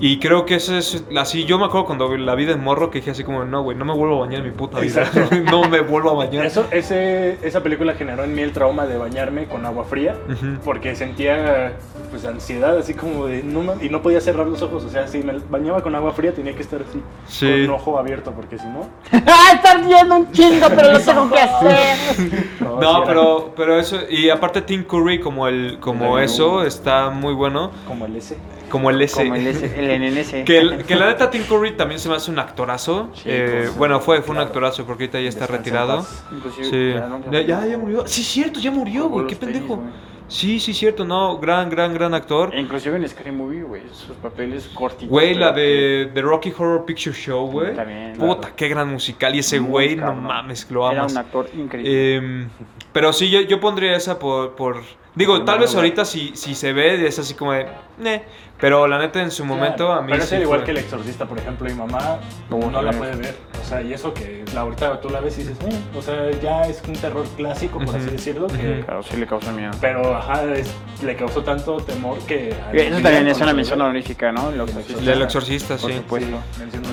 Speaker 3: Y creo que eso es así. Yo me acuerdo cuando la vi de morro que dije así como, no, güey, no me vuelvo a bañar en mi puta vida.
Speaker 2: Exacto.
Speaker 3: no me vuelvo a bañar.
Speaker 2: Eso, ese, esa película generó en mí el trauma de bañarme con agua fría.
Speaker 3: Ujú.
Speaker 2: Porque sentía pues ansiedad, así como de. No, ma- y no podía cerrar los ojos. O sea, si me bañaba con agua fría, tenía que estar así.
Speaker 3: Sí.
Speaker 2: Con un ojo abierto, porque si no.
Speaker 4: ¡Ah, están viendo un chingo, pero lo tengo que hacer!
Speaker 2: sí ¿eh?
Speaker 3: No,
Speaker 2: era
Speaker 3: pero, pero eso. Y aparte Tim Curry como el, como
Speaker 2: Ay, no.
Speaker 3: eso, está muy bueno.
Speaker 2: Como el ese.
Speaker 3: Como el S.
Speaker 1: Como el, S, el NNS.
Speaker 3: Este, Que, el- que la neta Tim Curry también se me hace un actorazo.
Speaker 2: Sí,
Speaker 3: Eh,
Speaker 2: pues,
Speaker 3: bueno, fue, fue un
Speaker 2: claro.
Speaker 3: actorazo porque ahorita ya está
Speaker 2: Descansa en
Speaker 3: retirado.
Speaker 2: paz.
Speaker 1: Inclusive,
Speaker 3: Sí.
Speaker 1: ya, ¿no?
Speaker 3: Ya, ya, ya murió. Sí, cierto, ya murió, güey. Qué
Speaker 1: Los tenis,
Speaker 3: pendejo.
Speaker 1: güey.
Speaker 3: Sí, sí, cierto, no, gran, gran, gran actor.
Speaker 1: E Inclusive en Scary Movie, güey, sus papeles cortitos.
Speaker 3: Güey, la
Speaker 1: pero
Speaker 3: de The Rocky Horror Picture Show, güey.
Speaker 1: También,
Speaker 3: Puta,
Speaker 1: claro.
Speaker 3: qué gran musical. Y ese
Speaker 1: Muy
Speaker 3: güey, no
Speaker 1: cabrón.
Speaker 3: mames,
Speaker 1: que
Speaker 3: lo
Speaker 1: Era
Speaker 3: amas.
Speaker 1: un actor increíble.
Speaker 3: Em, pero sí, yo, yo pondría esa por... por- digo, tal
Speaker 2: Primero
Speaker 3: vez
Speaker 2: lugar.
Speaker 3: ahorita si, si se ve es así como de... "Neh", Pero la neta en su momento
Speaker 2: Claro,
Speaker 3: a mí...
Speaker 2: Pero es
Speaker 3: sí
Speaker 2: al igual
Speaker 3: fue-
Speaker 2: que el exorcista, por ejemplo, mi mamá
Speaker 1: No,
Speaker 2: no, la
Speaker 1: no.
Speaker 2: puede ver. O sea, y eso que la ahorita tú la ves y dices, "Mm", o sea, ya es un terror clásico, por así
Speaker 3: Ujú.
Speaker 2: decirlo, que-
Speaker 3: Ujú.
Speaker 1: claro, sí le causó
Speaker 3: eh,
Speaker 1: miedo.
Speaker 2: pero ajá, es- le causó tanto temor que.
Speaker 1: Eso
Speaker 3: eh,
Speaker 1: también es una mención honorífica, ¿no? Lo
Speaker 2: Del
Speaker 3: Del exorcista,
Speaker 1: Por
Speaker 3: sí.
Speaker 1: supuesto.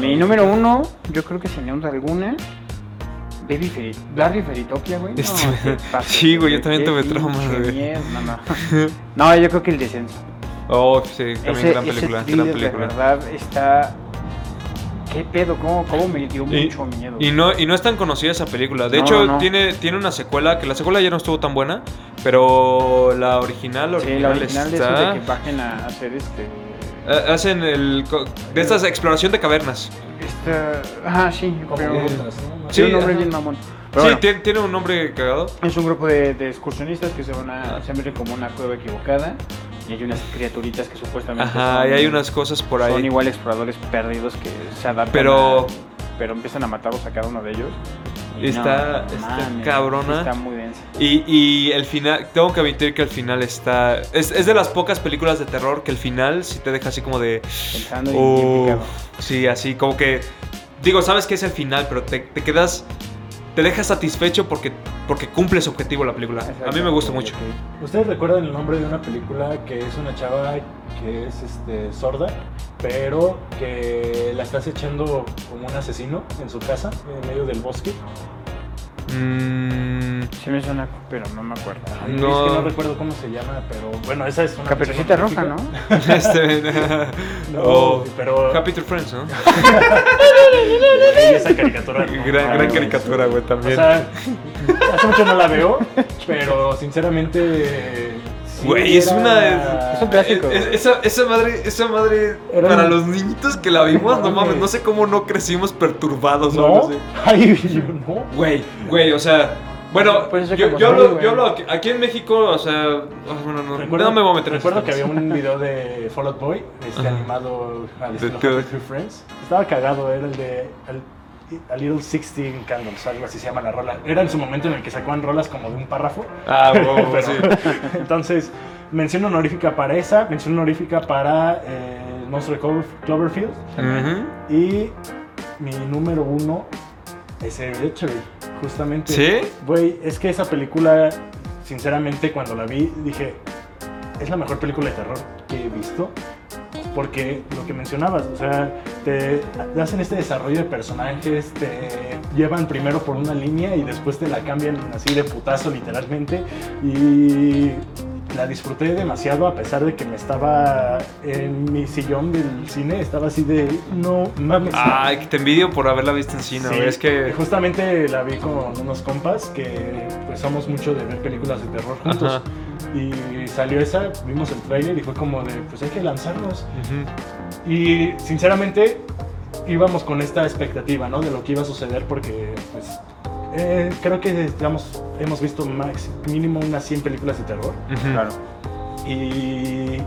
Speaker 1: Mi número uno, yo creo que sin duda alguna, Baby Feri Larry Feritopia, güey. No,
Speaker 3: Este,
Speaker 1: qué fácil,
Speaker 3: sí, güey, yo también
Speaker 1: qué
Speaker 3: tuve traumas,
Speaker 1: pinche
Speaker 3: güey.
Speaker 1: mierda, No, no. No, yo creo que el descenso.
Speaker 3: Oh, sí, también
Speaker 1: Ese,
Speaker 3: gran
Speaker 1: ese
Speaker 3: película,
Speaker 1: thriller,
Speaker 3: gran
Speaker 1: de
Speaker 3: película.
Speaker 1: verdad está... ¿Qué pedo? ¿Cómo, cómo me dio
Speaker 3: Y-
Speaker 1: mucho miedo?
Speaker 3: Y no, y no es tan conocida esa película. De
Speaker 1: No,
Speaker 3: hecho,
Speaker 1: no.
Speaker 3: Tiene, tiene una secuela, que la secuela ya no estuvo tan buena, pero la original, la
Speaker 1: Sí,
Speaker 3: original,
Speaker 1: la original de eso
Speaker 3: está... Ah.
Speaker 1: de que bajen a hacer este...
Speaker 3: Ha- Hacen el... co- De estas exploración de cavernas.
Speaker 1: Esta... Ah, sí, pero...
Speaker 3: Sí,
Speaker 1: Sí, un nombre
Speaker 3: ajá.
Speaker 1: bien mamón.
Speaker 3: Sí,
Speaker 1: Pero bueno.
Speaker 3: tiene, tiene un nombre cagado.
Speaker 1: Es un grupo de, de excursionistas que se van a. se meten como una cueva equivocada. Y hay unas criaturitas que supuestamente.
Speaker 3: Ajá,
Speaker 1: son-
Speaker 3: y hay unas cosas por
Speaker 1: Son
Speaker 3: ahí.
Speaker 1: igual exploradores perdidos que se adaptan.
Speaker 3: Pero-
Speaker 1: a- pero empiezan a matarlos a cada uno de ellos.
Speaker 3: Está- está cabrona.
Speaker 1: Está muy densa.
Speaker 3: Y, y el final, tengo que admitir que el final está... Es, es de las pocas películas de terror que el final sí te deja así como de...
Speaker 1: Pensando y
Speaker 3: "Uf",
Speaker 1: bien picado.
Speaker 3: sí, así como que... Digo, sabes que es el final, pero te, te quedas... Te dejas satisfecho porque, porque cumple su objetivo la película. A mí me gusta mucho.
Speaker 2: ¿Ustedes recuerdan el nombre de una película que es una chava que es este, sorda, pero que la está acechando como un asesino en su casa, en medio del bosque?
Speaker 3: Mm,
Speaker 1: Sí me suena, pero no me acuerdo.
Speaker 2: Ay,
Speaker 3: No.
Speaker 2: Es que no recuerdo cómo se llama, pero bueno, esa es una.
Speaker 1: Caperucita
Speaker 2: mención
Speaker 1: roja, ¿no?
Speaker 2: honorífica.
Speaker 3: este,
Speaker 2: No,
Speaker 3: o
Speaker 2: pero.
Speaker 3: Happy Tree Friends, ¿no?
Speaker 2: Y esa caricatura. no,
Speaker 3: Gran, gran
Speaker 2: no,
Speaker 3: caricatura, güey,
Speaker 2: O
Speaker 3: también.
Speaker 2: sea, hace mucho no la veo, pero sinceramente. sí
Speaker 3: Güey, es
Speaker 2: era-
Speaker 3: una-
Speaker 1: Es un clásico.
Speaker 3: Es- es- esa, esa madre, esa madre
Speaker 2: Era
Speaker 3: para
Speaker 2: un-
Speaker 3: los niñitos que la vimos, no
Speaker 2: Mames.
Speaker 3: mames, no sé cómo no crecimos perturbados o
Speaker 2: ¿No?
Speaker 3: algo así.
Speaker 2: Ay, yo no.
Speaker 3: Güey, güey, o sea,
Speaker 2: Pues,
Speaker 3: bueno,
Speaker 1: Por eso que
Speaker 3: yo,
Speaker 1: como
Speaker 3: yo
Speaker 1: soy,
Speaker 3: hablo,
Speaker 1: güey.
Speaker 3: yo hablo aquí, aquí en México, o sea, ah, bueno, no, no me voy a meter en
Speaker 2: Recuerdo
Speaker 3: esos
Speaker 2: que había
Speaker 3: temas.
Speaker 2: un video de Fall Out Boy, este
Speaker 3: Ajá.
Speaker 2: animado al
Speaker 3: De
Speaker 2: estilo
Speaker 3: todo.
Speaker 2: Happy Tree Friends. Estaba cagado, era el de al- A Little Sixteen Candles, algo así se llama la rola. Era en su momento en el que sacaban rolas como de un párrafo.
Speaker 3: Ah, wow,
Speaker 2: Pero-
Speaker 3: sí.
Speaker 2: Entonces, mención honorífica para esa, mención honorífica para eh, el monstruo de Clover- Cloverfield.
Speaker 3: Ujú.
Speaker 2: Y mi número uno es Hereditary, justamente.
Speaker 3: ¿Sí?
Speaker 2: Güey, es que esa película, sinceramente, cuando la vi, dije, es la mejor película de terror que he visto. Porque lo que mencionabas, o sea, te hacen este desarrollo de personajes, te llevan primero por una línea y después te la cambian así de putazo literalmente. Y la disfruté demasiado a pesar de que me estaba en mi sillón del cine, estaba así de, no mames.
Speaker 3: Ay, que te envidio por haberla visto en cine,
Speaker 2: Sí,
Speaker 3: güey, es que...
Speaker 2: justamente la vi con unos compas que pues somos mucho de ver películas de terror juntos.
Speaker 3: Ajá.
Speaker 2: Y salió esa, vimos el tráiler y fue como de, pues hay que lanzarnos.
Speaker 3: Ujú.
Speaker 2: Y sinceramente íbamos con esta expectativa, ¿no? De lo que iba a suceder porque pues eh, creo que digamos, hemos visto max, mínimo unas 100 películas de terror.
Speaker 3: Claro.
Speaker 2: Y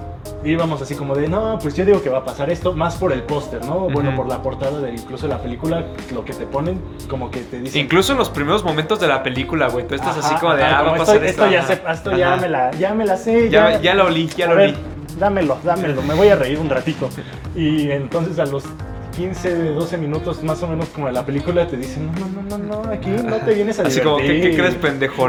Speaker 2: íbamos así como de, no, pues yo digo que va a pasar esto, más por el póster, ¿no? Bueno,
Speaker 3: Ujú.
Speaker 2: por la portada de incluso la película, lo que te ponen, como que te dicen...
Speaker 3: Incluso en los primeros momentos de la película, güey. Tú estás así como de,
Speaker 2: Ajá,
Speaker 3: ah, va a
Speaker 2: como
Speaker 3: pasar
Speaker 2: esto,
Speaker 3: esto.
Speaker 2: esto ya,
Speaker 3: ajá.
Speaker 2: se, esto ya,
Speaker 3: Ajá.
Speaker 2: me la, ya me la sé.
Speaker 3: Ya, ya lo olí, ya
Speaker 2: a
Speaker 3: lo
Speaker 2: ver,
Speaker 3: olí.
Speaker 2: dámelo, dámelo, me voy a reír un ratito. Y entonces a los 15, 12 minutos más o menos como de la película te dicen, no, no, no, no, no, aquí no te vienes a
Speaker 3: Así como, ¿qué,
Speaker 2: divertir".
Speaker 3: qué crees, pendejo?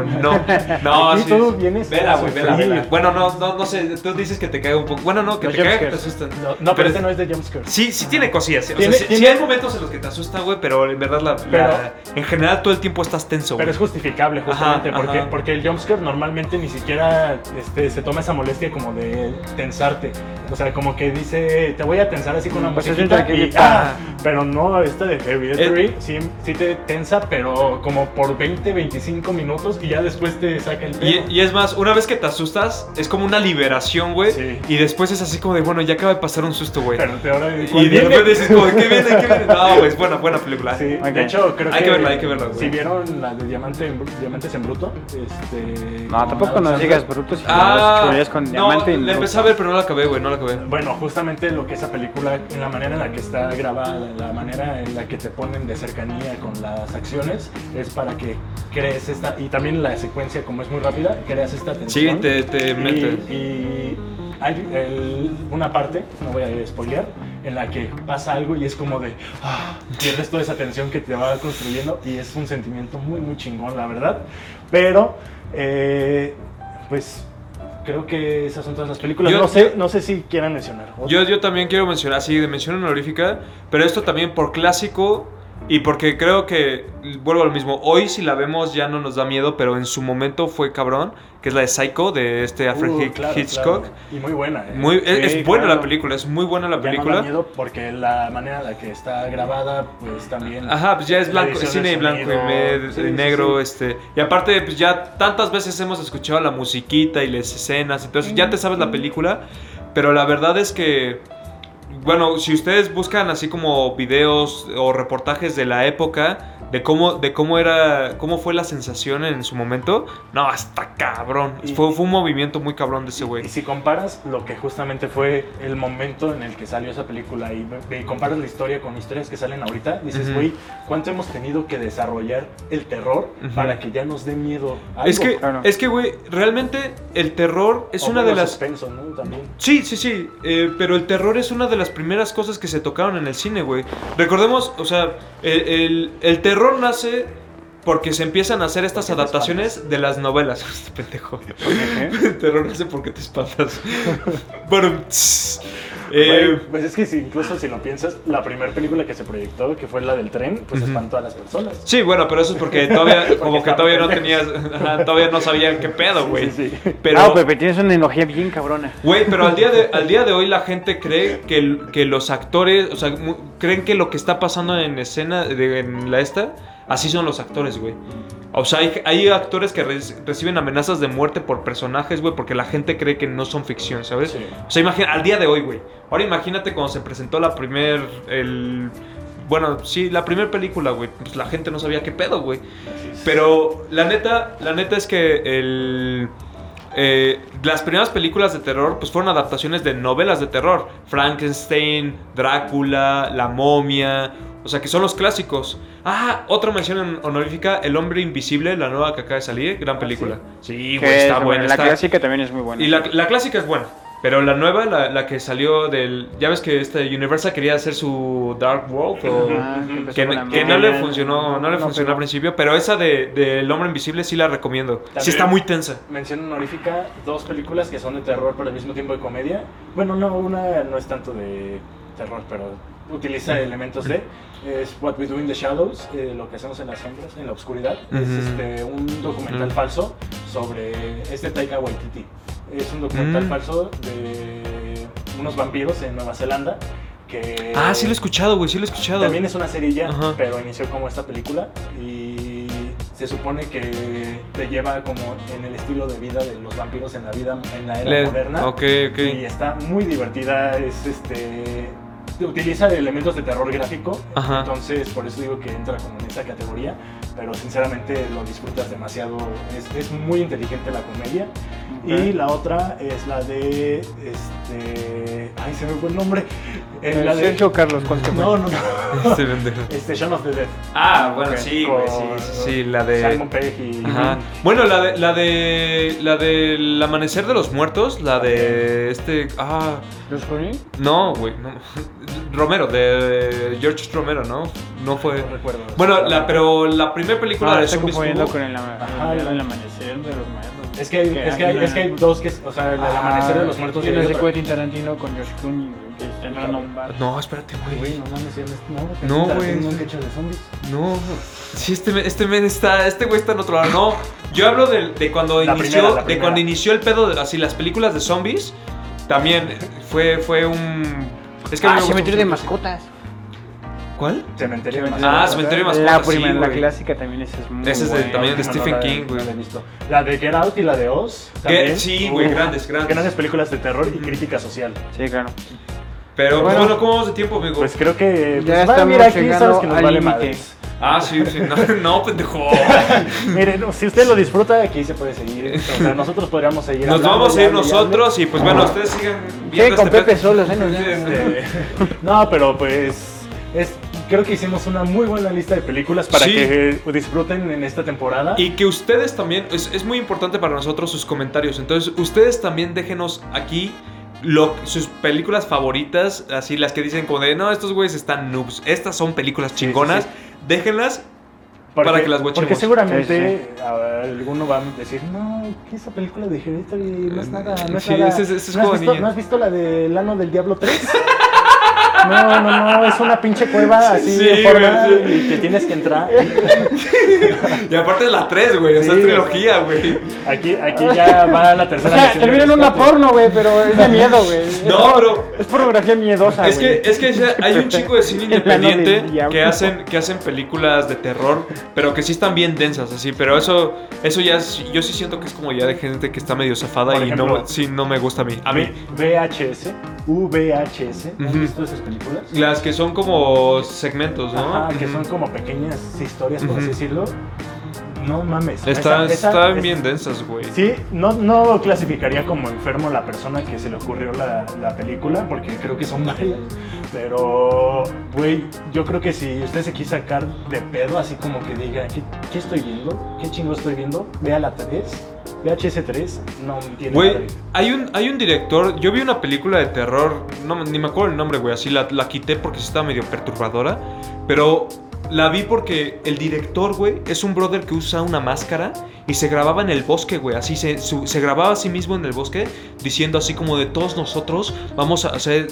Speaker 3: No, no,
Speaker 2: Aquí
Speaker 3: así
Speaker 2: todo
Speaker 3: es.
Speaker 2: vienes
Speaker 3: Vela,
Speaker 2: a
Speaker 3: güey, vela,
Speaker 2: sufrir.
Speaker 3: vela. Bueno, no, no, no sé, tú dices que te caiga un poco. Bueno, no, que
Speaker 1: Los
Speaker 3: te caiga que te
Speaker 1: jumpscares.
Speaker 3: asustan.
Speaker 2: No, no, pero, este no es de jumpscare.
Speaker 3: Sí, sí tiene cosillas. sí. O sea,
Speaker 2: Tiene-
Speaker 3: sí, sí
Speaker 2: tiene-
Speaker 3: hay momentos en los que te asusta, güey, pero en verdad la, la- en general todo el tiempo estás tenso, güey.
Speaker 2: Pero es justificable justamente
Speaker 3: Ajá,
Speaker 2: porque,
Speaker 3: ajá.
Speaker 2: porque el jumpscare normalmente ni siquiera este, se toma esa molestia como de tensarte. O sea, como que dice, te voy a tensar así con
Speaker 3: Mm,
Speaker 2: una
Speaker 1: Pues es
Speaker 2: musiquita
Speaker 1: tranquilo.
Speaker 2: y ¡ah! Pero no, esta de Hereditary
Speaker 3: Eh.
Speaker 2: sí, sí te tensa, pero como por 20, 25 minutos y ya después te saca el pelo.
Speaker 3: Y, y es más, una vez que te asustas, es como una liberación, güey.
Speaker 2: Sí.
Speaker 3: Y después es así como de, bueno, ya acaba de pasar un susto, güey.
Speaker 2: Pero te ahora
Speaker 3: Y de repente dices, como, ¿qué viene? ¿Qué viene? No, güey, es buena, buena película.
Speaker 2: Sí,
Speaker 1: Ok.
Speaker 2: de hecho creo
Speaker 3: Hay que verla, hay que verla, güey.
Speaker 2: Si vieron la de Diamante en Bru- Diamantes en Bruto, este...
Speaker 1: No, tampoco
Speaker 2: Adam
Speaker 1: nos
Speaker 2: Sandler.
Speaker 1: digas brutos y
Speaker 3: Ah,
Speaker 1: nos con
Speaker 3: no,
Speaker 1: diamante y
Speaker 3: la
Speaker 1: no-
Speaker 3: empecé a ver, pero no la acabé, güey, no la acabé.
Speaker 2: Bueno, justamente lo que esa película, en la manera en la que está grabada, en la manera en la que te ponen de cercanía con las acciones, es para que crees esta, y también la secuencia como es muy rápida, creas esta
Speaker 3: Sí,
Speaker 2: tensión.
Speaker 3: te, te metes.
Speaker 2: Y, y hay el- una parte, no voy a spoilear, en la que pasa algo y es como de, ah, pierdes toda esa tensión que te va construyendo y es un sentimiento muy, muy chingón, la verdad. Pero, eh, pues... Creo que esas son todas las películas.
Speaker 3: Yo-
Speaker 2: no sé, no sé si quieran mencionar. otra.
Speaker 3: Yo, yo también quiero mencionar, sí, de mención honorífica, pero esto también por clásico y porque creo que, vuelvo al mismo, hoy si la vemos ya no nos da miedo, pero en su momento fue cabrón, que es la de Psycho, de este Alfred
Speaker 2: Uh,
Speaker 3: Hitch-
Speaker 2: claro,
Speaker 3: Hitchcock.
Speaker 2: claro. Y muy buena. ¿eh?
Speaker 3: Muy,
Speaker 1: Sí,
Speaker 3: es, es buena
Speaker 1: claro.
Speaker 3: la película, es muy buena
Speaker 2: Ya
Speaker 3: la
Speaker 2: no da
Speaker 3: película.
Speaker 2: miedo porque la manera en la que está grabada, pues también.
Speaker 3: Ajá, pues ya es
Speaker 2: La
Speaker 3: blanco,
Speaker 2: edición
Speaker 3: es cine
Speaker 2: de
Speaker 3: y blanco y
Speaker 2: sonido.
Speaker 3: med-
Speaker 2: Sí,
Speaker 3: y
Speaker 2: sí,
Speaker 3: negro,
Speaker 2: sí.
Speaker 3: este. Y aparte, pues ya tantas veces hemos escuchado la musiquita y las escenas, entonces ya te sabes la película, pero la verdad es que. Bueno, si ustedes buscan así como videos o reportajes de la época, de cómo, de cómo era, cómo fue la sensación en su momento, no, hasta cabrón.
Speaker 2: Y-
Speaker 3: Fue, fue un movimiento muy cabrón de ese
Speaker 2: Y
Speaker 3: güey.
Speaker 2: si comparas lo que justamente fue el momento en el que salió esa película y, ve- y comparas la historia con historias que salen ahorita, dices,
Speaker 3: Ujú.
Speaker 2: güey, ¿cuánto hemos tenido que desarrollar el terror
Speaker 3: Ujú.
Speaker 2: para que ya nos dé miedo? algo?
Speaker 3: Es que,
Speaker 1: claro.
Speaker 3: es que, güey, realmente el terror es
Speaker 2: O
Speaker 3: una de
Speaker 2: bueno,
Speaker 3: las.
Speaker 2: suspenso, ¿no? También.
Speaker 3: Sí, sí, sí, eh, pero el terror es una de las primeras cosas que se tocaron en el cine, güey. Recordemos, o sea, el, el- el terror nace porque se empiezan a hacer estas
Speaker 2: Porque te
Speaker 3: adaptaciones de las novelas. Este pendejo.
Speaker 1: ¿Eh?
Speaker 3: El terror nace porque te espantas. bueno, tss, eh,
Speaker 2: Güey, pues es que si- incluso si lo piensas, la primera película que se proyectó, que fue la del tren, pues
Speaker 3: Ujú.
Speaker 2: espantó a las personas.
Speaker 3: sí, bueno, pero eso es porque todavía, como que
Speaker 2: estaba
Speaker 3: todavía no
Speaker 2: pendejo.
Speaker 3: tenías, ajá, todavía no sabían qué pedo, güey.
Speaker 2: Sí, sí, sí.
Speaker 3: Pero,
Speaker 1: Ah, Pepe, tienes una energía bien cabrona.
Speaker 3: Güey, pero al día, de, al día de hoy la gente cree que, el- que los actores, o sea, mu- creen que lo que está pasando en escena, de- en la esta, así son los actores, güey. O sea, hay, hay actores que re- reciben amenazas de muerte por personajes, güey, porque la gente cree que no son ficción, ¿sabes?
Speaker 2: Sí.
Speaker 3: O sea, imagina, al día de hoy, güey. Ahora imagínate cuando se presentó la primer, el... Bueno, sí, la primera película, güey. Pues la gente no sabía qué pedo, güey. Pero la neta, la neta es que el, eh, las primeras películas de terror pues fueron adaptaciones de novelas de terror. Frankenstein, Drácula, La momia. O sea, que son los clásicos. Ah, otra mención hon- honorífica, El hombre invisible, la nueva que acaba de salir, gran película. Sí, güey,
Speaker 1: Que
Speaker 3: está
Speaker 1: es
Speaker 3: buena.
Speaker 1: La
Speaker 3: está-
Speaker 1: clásica también es muy buena.
Speaker 3: y la, la clásica es buena. Pero la nueva, la, la que salió del... Ya ves que este Universal quería hacer su Dark World o...
Speaker 1: Ah,
Speaker 2: Pues
Speaker 1: empezó
Speaker 3: Que,
Speaker 1: con la
Speaker 3: que
Speaker 1: mano.
Speaker 3: no le funcionó, no le funcionó al principio, pero esa de, de El Hombre Invisible sí la recomiendo. Sí
Speaker 2: También.
Speaker 3: está muy tensa.
Speaker 2: Mención honorífica, dos películas que son de terror pero al mismo tiempo de comedia. Bueno, no, una no es tanto de terror, pero utiliza elementos de. Es What We Do in the Shadows, eh, lo que hacemos en las sombras, en la oscuridad. Es
Speaker 3: Ujú.
Speaker 2: este, un documental
Speaker 3: Ujú.
Speaker 2: falso sobre este Taika Waititi. Es un documental
Speaker 3: Mm.
Speaker 2: falso de unos vampiros en Nueva Zelanda que...
Speaker 3: Ah, sí lo he escuchado, güey, sí lo he escuchado.
Speaker 2: Eh, También es una serie ya,
Speaker 3: Ajá.
Speaker 2: pero inició como esta película y se supone que te lleva como en el estilo de vida de los vampiros en la vida en la era
Speaker 3: Le-
Speaker 2: moderna.
Speaker 3: Ok, ok.
Speaker 2: Y está muy divertida, es este utiliza elementos de terror gráfico,
Speaker 3: Ajá.
Speaker 2: entonces por eso digo que entra como en esa categoría, pero sinceramente lo disfrutas demasiado, es, es muy inteligente la comedia. Y la otra es la de, este, ay se me fue el nombre, Eh, la de-
Speaker 1: Sergio Carlos, ¿cuál te
Speaker 2: no,
Speaker 1: fue?
Speaker 2: no, no,
Speaker 3: Este pendejo.
Speaker 2: este, Shaun of the Dead.
Speaker 3: Ah, bueno,
Speaker 2: Ok,
Speaker 3: sí, güey, sí,
Speaker 2: con-
Speaker 3: sí, sí, la de...
Speaker 2: Simon Pegg y...
Speaker 3: Ajá. Bueno, la de, la de. La del amanecer de los muertos, la de. Este. Ah.
Speaker 1: ¿Los Ronin?
Speaker 3: No, güey. No. Romero, de George Romero, ¿no? No fue.
Speaker 2: No recuerdo.
Speaker 3: Bueno, la, pero la primera película
Speaker 1: Ah,
Speaker 3: de
Speaker 1: está
Speaker 3: zombies.
Speaker 1: confundiendo
Speaker 3: hubo-
Speaker 1: con el, ama-
Speaker 2: Ajá,
Speaker 1: el-
Speaker 2: la-
Speaker 1: el amanecer de los muertos.
Speaker 2: Es que, hay, es, que hay, es que hay dos que, es- o sea, el del amanecer de los muertos
Speaker 1: y
Speaker 2: hay
Speaker 1: los de
Speaker 2: otra.
Speaker 1: Quentin Tarantino con Josh Clooney que entran a un bar.
Speaker 3: No, espérate,
Speaker 5: Güey,
Speaker 3: güey.
Speaker 5: no mames, ya me-
Speaker 3: No,
Speaker 5: Tarantino
Speaker 3: güey.
Speaker 5: nunca he hecho de zombies.
Speaker 3: No. Sí, este, men- este men está. Este güey está en otro lado. No. Yo hablo de, de cuando
Speaker 2: La
Speaker 3: inició.
Speaker 2: primera, la
Speaker 3: de
Speaker 2: primera.
Speaker 3: cuando inició el pedo de así, las películas de zombies. También fue, fue un. Es que a mí
Speaker 1: Ah,
Speaker 3: me gusta
Speaker 1: cementerio de
Speaker 3: mucho-
Speaker 1: mascotas.
Speaker 3: ¿Cuál?
Speaker 2: Cementerio de
Speaker 3: Ah,
Speaker 2: mascotas.
Speaker 3: Cementerio de
Speaker 1: La
Speaker 3: mascotas, sí,
Speaker 1: primera, la
Speaker 3: güey.
Speaker 1: clásica también esa es muy
Speaker 3: Esa es de-
Speaker 1: buena.
Speaker 3: también de
Speaker 2: No,
Speaker 3: Stephen
Speaker 2: no la he-
Speaker 3: King,
Speaker 2: no
Speaker 3: güey.
Speaker 2: la he visto. La de Get Out y la de Oz. también.
Speaker 3: sí, güey,
Speaker 2: Uf,
Speaker 3: grandes, grandes.
Speaker 2: películas de terror y crítica social.
Speaker 1: Sí, claro.
Speaker 3: Pero, bueno,
Speaker 1: Bueno.
Speaker 3: bueno ¿cómo vamos de tiempo, amigo?
Speaker 2: Pues creo que.
Speaker 1: Ya
Speaker 5: va,
Speaker 1: estamos
Speaker 5: mira, aquí
Speaker 1: llegando
Speaker 5: sabes que nos
Speaker 1: al
Speaker 5: vale
Speaker 1: límite.
Speaker 5: madres.
Speaker 3: Ah, sí, sí. No, no pendejo.
Speaker 2: Miren, si usted lo disfruta, aquí se puede seguir. O sea, nosotros podríamos seguir.
Speaker 3: Nos
Speaker 2: hablando,
Speaker 3: vamos a
Speaker 2: ya,
Speaker 3: ir
Speaker 2: ya, ya.
Speaker 3: nosotros y pues bueno, ustedes sigan
Speaker 1: Sí,
Speaker 3: viendo
Speaker 1: con
Speaker 3: este
Speaker 1: Pepe
Speaker 3: pe-
Speaker 1: solos, ¿eh? Nos vemos.
Speaker 3: Este,
Speaker 2: No, pero pues. Es, creo que hicimos una muy buena lista de películas para
Speaker 3: Sí.
Speaker 2: que disfruten en esta temporada.
Speaker 3: Y que ustedes también, es, es muy importante para nosotros sus comentarios. Entonces, ustedes también déjenos aquí lo- sus películas favoritas, así las que dicen como de, no, estos güeyes están noobs, estas son películas chingonas, déjenlas. para que las guachemos.
Speaker 2: Porque seguramente a- alguno va a decir, no, que esa película de Hereditary no es nada, no es
Speaker 3: Sí,
Speaker 2: nada.
Speaker 3: ese es- ese es
Speaker 2: ¿No, has
Speaker 3: juego de
Speaker 2: visto,
Speaker 3: niños".
Speaker 2: ¿No has visto la del ano del Diablo 3? No, no, no, es una pinche cueva así
Speaker 3: Sí,
Speaker 2: de forma
Speaker 3: güey, sí.
Speaker 2: y que tienes que entrar.
Speaker 3: Y aparte es la 3, güey, o sea,
Speaker 2: Sí,
Speaker 3: es trilogía, güey.
Speaker 2: Aquí, aquí ya va la
Speaker 1: O
Speaker 2: tercera
Speaker 1: sea,
Speaker 2: lección de
Speaker 1: termina en una
Speaker 2: rescate.
Speaker 1: porno, güey, pero es de miedo, güey.
Speaker 3: No, pero
Speaker 1: Es pornografía miedosa,
Speaker 3: Es que,
Speaker 1: Ah, güey.
Speaker 3: es que ya hay un chico de cine
Speaker 1: El plano del
Speaker 3: independiente que
Speaker 1: diablo.
Speaker 3: hacen, que hacen películas de terror, pero que sí están bien densas, así. Pero eso, eso ya es- yo sí siento que es como ya de gente que está medio zafada
Speaker 2: Por
Speaker 3: y no,
Speaker 2: ejemplo,
Speaker 3: sí, no me gusta a mí. A mí,
Speaker 2: VHS, VHS, ¿has
Speaker 3: Ujú.
Speaker 2: visto esas películas?
Speaker 3: las que son como segmentos, ¿no?
Speaker 2: Ajá, que
Speaker 3: Ujú.
Speaker 2: son como pequeñas historias, por
Speaker 3: Ujú.
Speaker 2: así decirlo. No mames.
Speaker 3: Están,
Speaker 2: esa- esa-
Speaker 3: están
Speaker 2: es-
Speaker 3: bien densas, güey.
Speaker 2: Sí, no, no clasificaría como enfermo la persona que se le ocurrió la, la película, porque creo que son varias. Pero, güey, yo creo que si usted se quiere sacar de pedo, así como que diga, ¿qué, qué estoy viendo? ¿Qué chingo estoy viendo? Vea la 3, VHS3, no tiene
Speaker 3: Güey,
Speaker 2: madre.
Speaker 3: hay un, hay un director, yo vi una película de terror, no, me- ni me acuerdo el nombre, güey, así la, la quité porque sí estaba medio perturbadora, pero la vi porque el director, güey, es un brother que usa una máscara y se grababa en el bosque, güey, así se, su- se grababa a sí mismo en el bosque diciendo así como de todos nosotros vamos a hacer...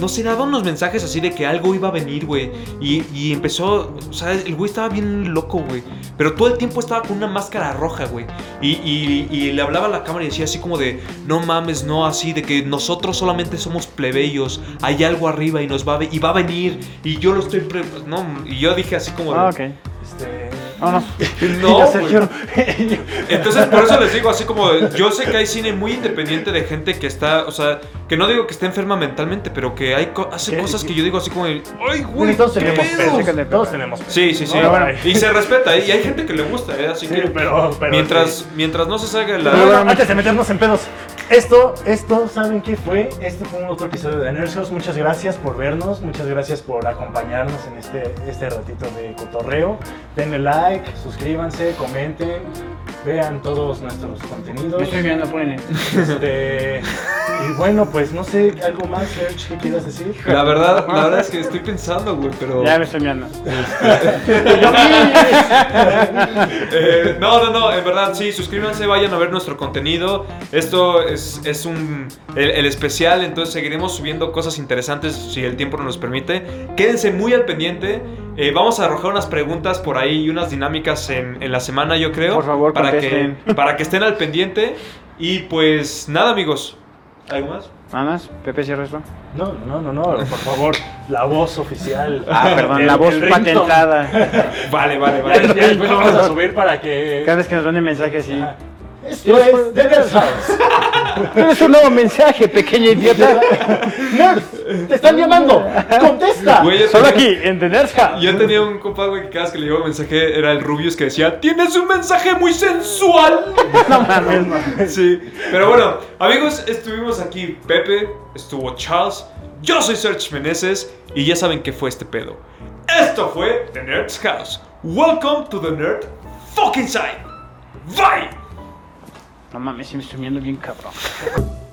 Speaker 3: No sé, daba unos mensajes así de que algo iba a venir, güey. Y, y empezó, o sea, el güey estaba bien loco, güey. Pero todo el tiempo estaba con una máscara roja, güey. Y, y- y le hablaba a la cámara y decía así como de, no mames, no así, de que nosotros solamente somos plebeyos, hay algo arriba y nos va a, ve- y va a venir, y yo lo estoy... pre- no, y yo dije así como de...
Speaker 1: Ah, ok.
Speaker 2: Este,
Speaker 1: Vámonos.
Speaker 3: No,
Speaker 2: ya,
Speaker 3: güey".
Speaker 2: Sergio, yo-
Speaker 3: Entonces, por eso les digo así como, yo sé que hay cine muy independiente de gente que está, o sea, que no digo que esté enferma mentalmente, pero que hay co- hace
Speaker 2: ¿Qué?
Speaker 3: cosas que yo digo así como, de, ay, güey.
Speaker 2: todos
Speaker 3: ¿qué
Speaker 2: tenemos
Speaker 3: pedo?".
Speaker 1: pedos.
Speaker 2: pedos. Todos tenemos pedos.
Speaker 3: Sí, sí, sí.
Speaker 2: No, bueno.
Speaker 3: y se respeta, ¿eh? y hay gente que le gusta, ¿eh? así
Speaker 2: Sí,
Speaker 3: que...
Speaker 2: pero, pero-
Speaker 3: mientras, mientras no se salga la...
Speaker 2: Pero bueno, antes de meternos en pedos, esto, esto, ¿saben qué fue? Este fue un otro episodio de Nerds. Muchas gracias por vernos, muchas gracias por acompañarnos en este, este ratito de cotorreo. Denle like, suscríbanse, comenten, vean todos nuestros contenidos.
Speaker 1: Me estoy mirando, ponele.
Speaker 2: Este, y bueno, pues no sé, algo más, Serge, que quieras decir.
Speaker 3: La verdad, la verdad es que estoy pensando, güey, pero...
Speaker 1: Ya me estoy mirando.
Speaker 3: Eh, no, no, no, en verdad, sí, suscríbanse, vayan a ver nuestro contenido. Esto es, es un, el, el especial, entonces seguiremos subiendo cosas interesantes si el tiempo nos los permite. Quédense muy al pendiente. eh, vamos a arrojar unas preguntas por ahí y unas dinámicas en, en la semana, yo creo.
Speaker 1: Por favor,
Speaker 3: para que,
Speaker 1: contesten.
Speaker 3: para que estén al pendiente. Y pues nada, amigos. ¿Algo más?
Speaker 1: Nada más, Pepe, cierra esto.
Speaker 2: No, no, no, no, por favor, la voz oficial.
Speaker 1: Ah, perdón,
Speaker 2: El-
Speaker 1: la voz
Speaker 2: el ringtone.
Speaker 1: patentada.
Speaker 3: Vale, vale,
Speaker 2: Ya,
Speaker 3: vale.
Speaker 2: ya después lo vamos a subir para que
Speaker 1: Cada vez que nos manden mensajes, sí.
Speaker 2: Esto es The Nerds House.
Speaker 1: Tienes un nuevo mensaje, pequeño idiota.
Speaker 2: ¡Nerds! ¡Te están llamando! ¡Contesta!
Speaker 3: Güey, yo
Speaker 2: Solo
Speaker 3: tenía-
Speaker 2: aquí, en The Nerds Hub.
Speaker 3: Yo tenía un compa, güey, que cada vez que le llegaba un mensaje era el Rubius que decía, tienes un mensaje muy sensual.
Speaker 2: No mames, no.
Speaker 3: Sí, pero bueno, amigos, estuvimos aquí Pepe, estuvo Charles, yo soy Serge Meneses y ya saben qué fue este pedo. Esto fue The Nerd's House. Welcome to the Nerd Fucking Side. Bye.
Speaker 1: No mames, si me estoy viendo bien cabrón.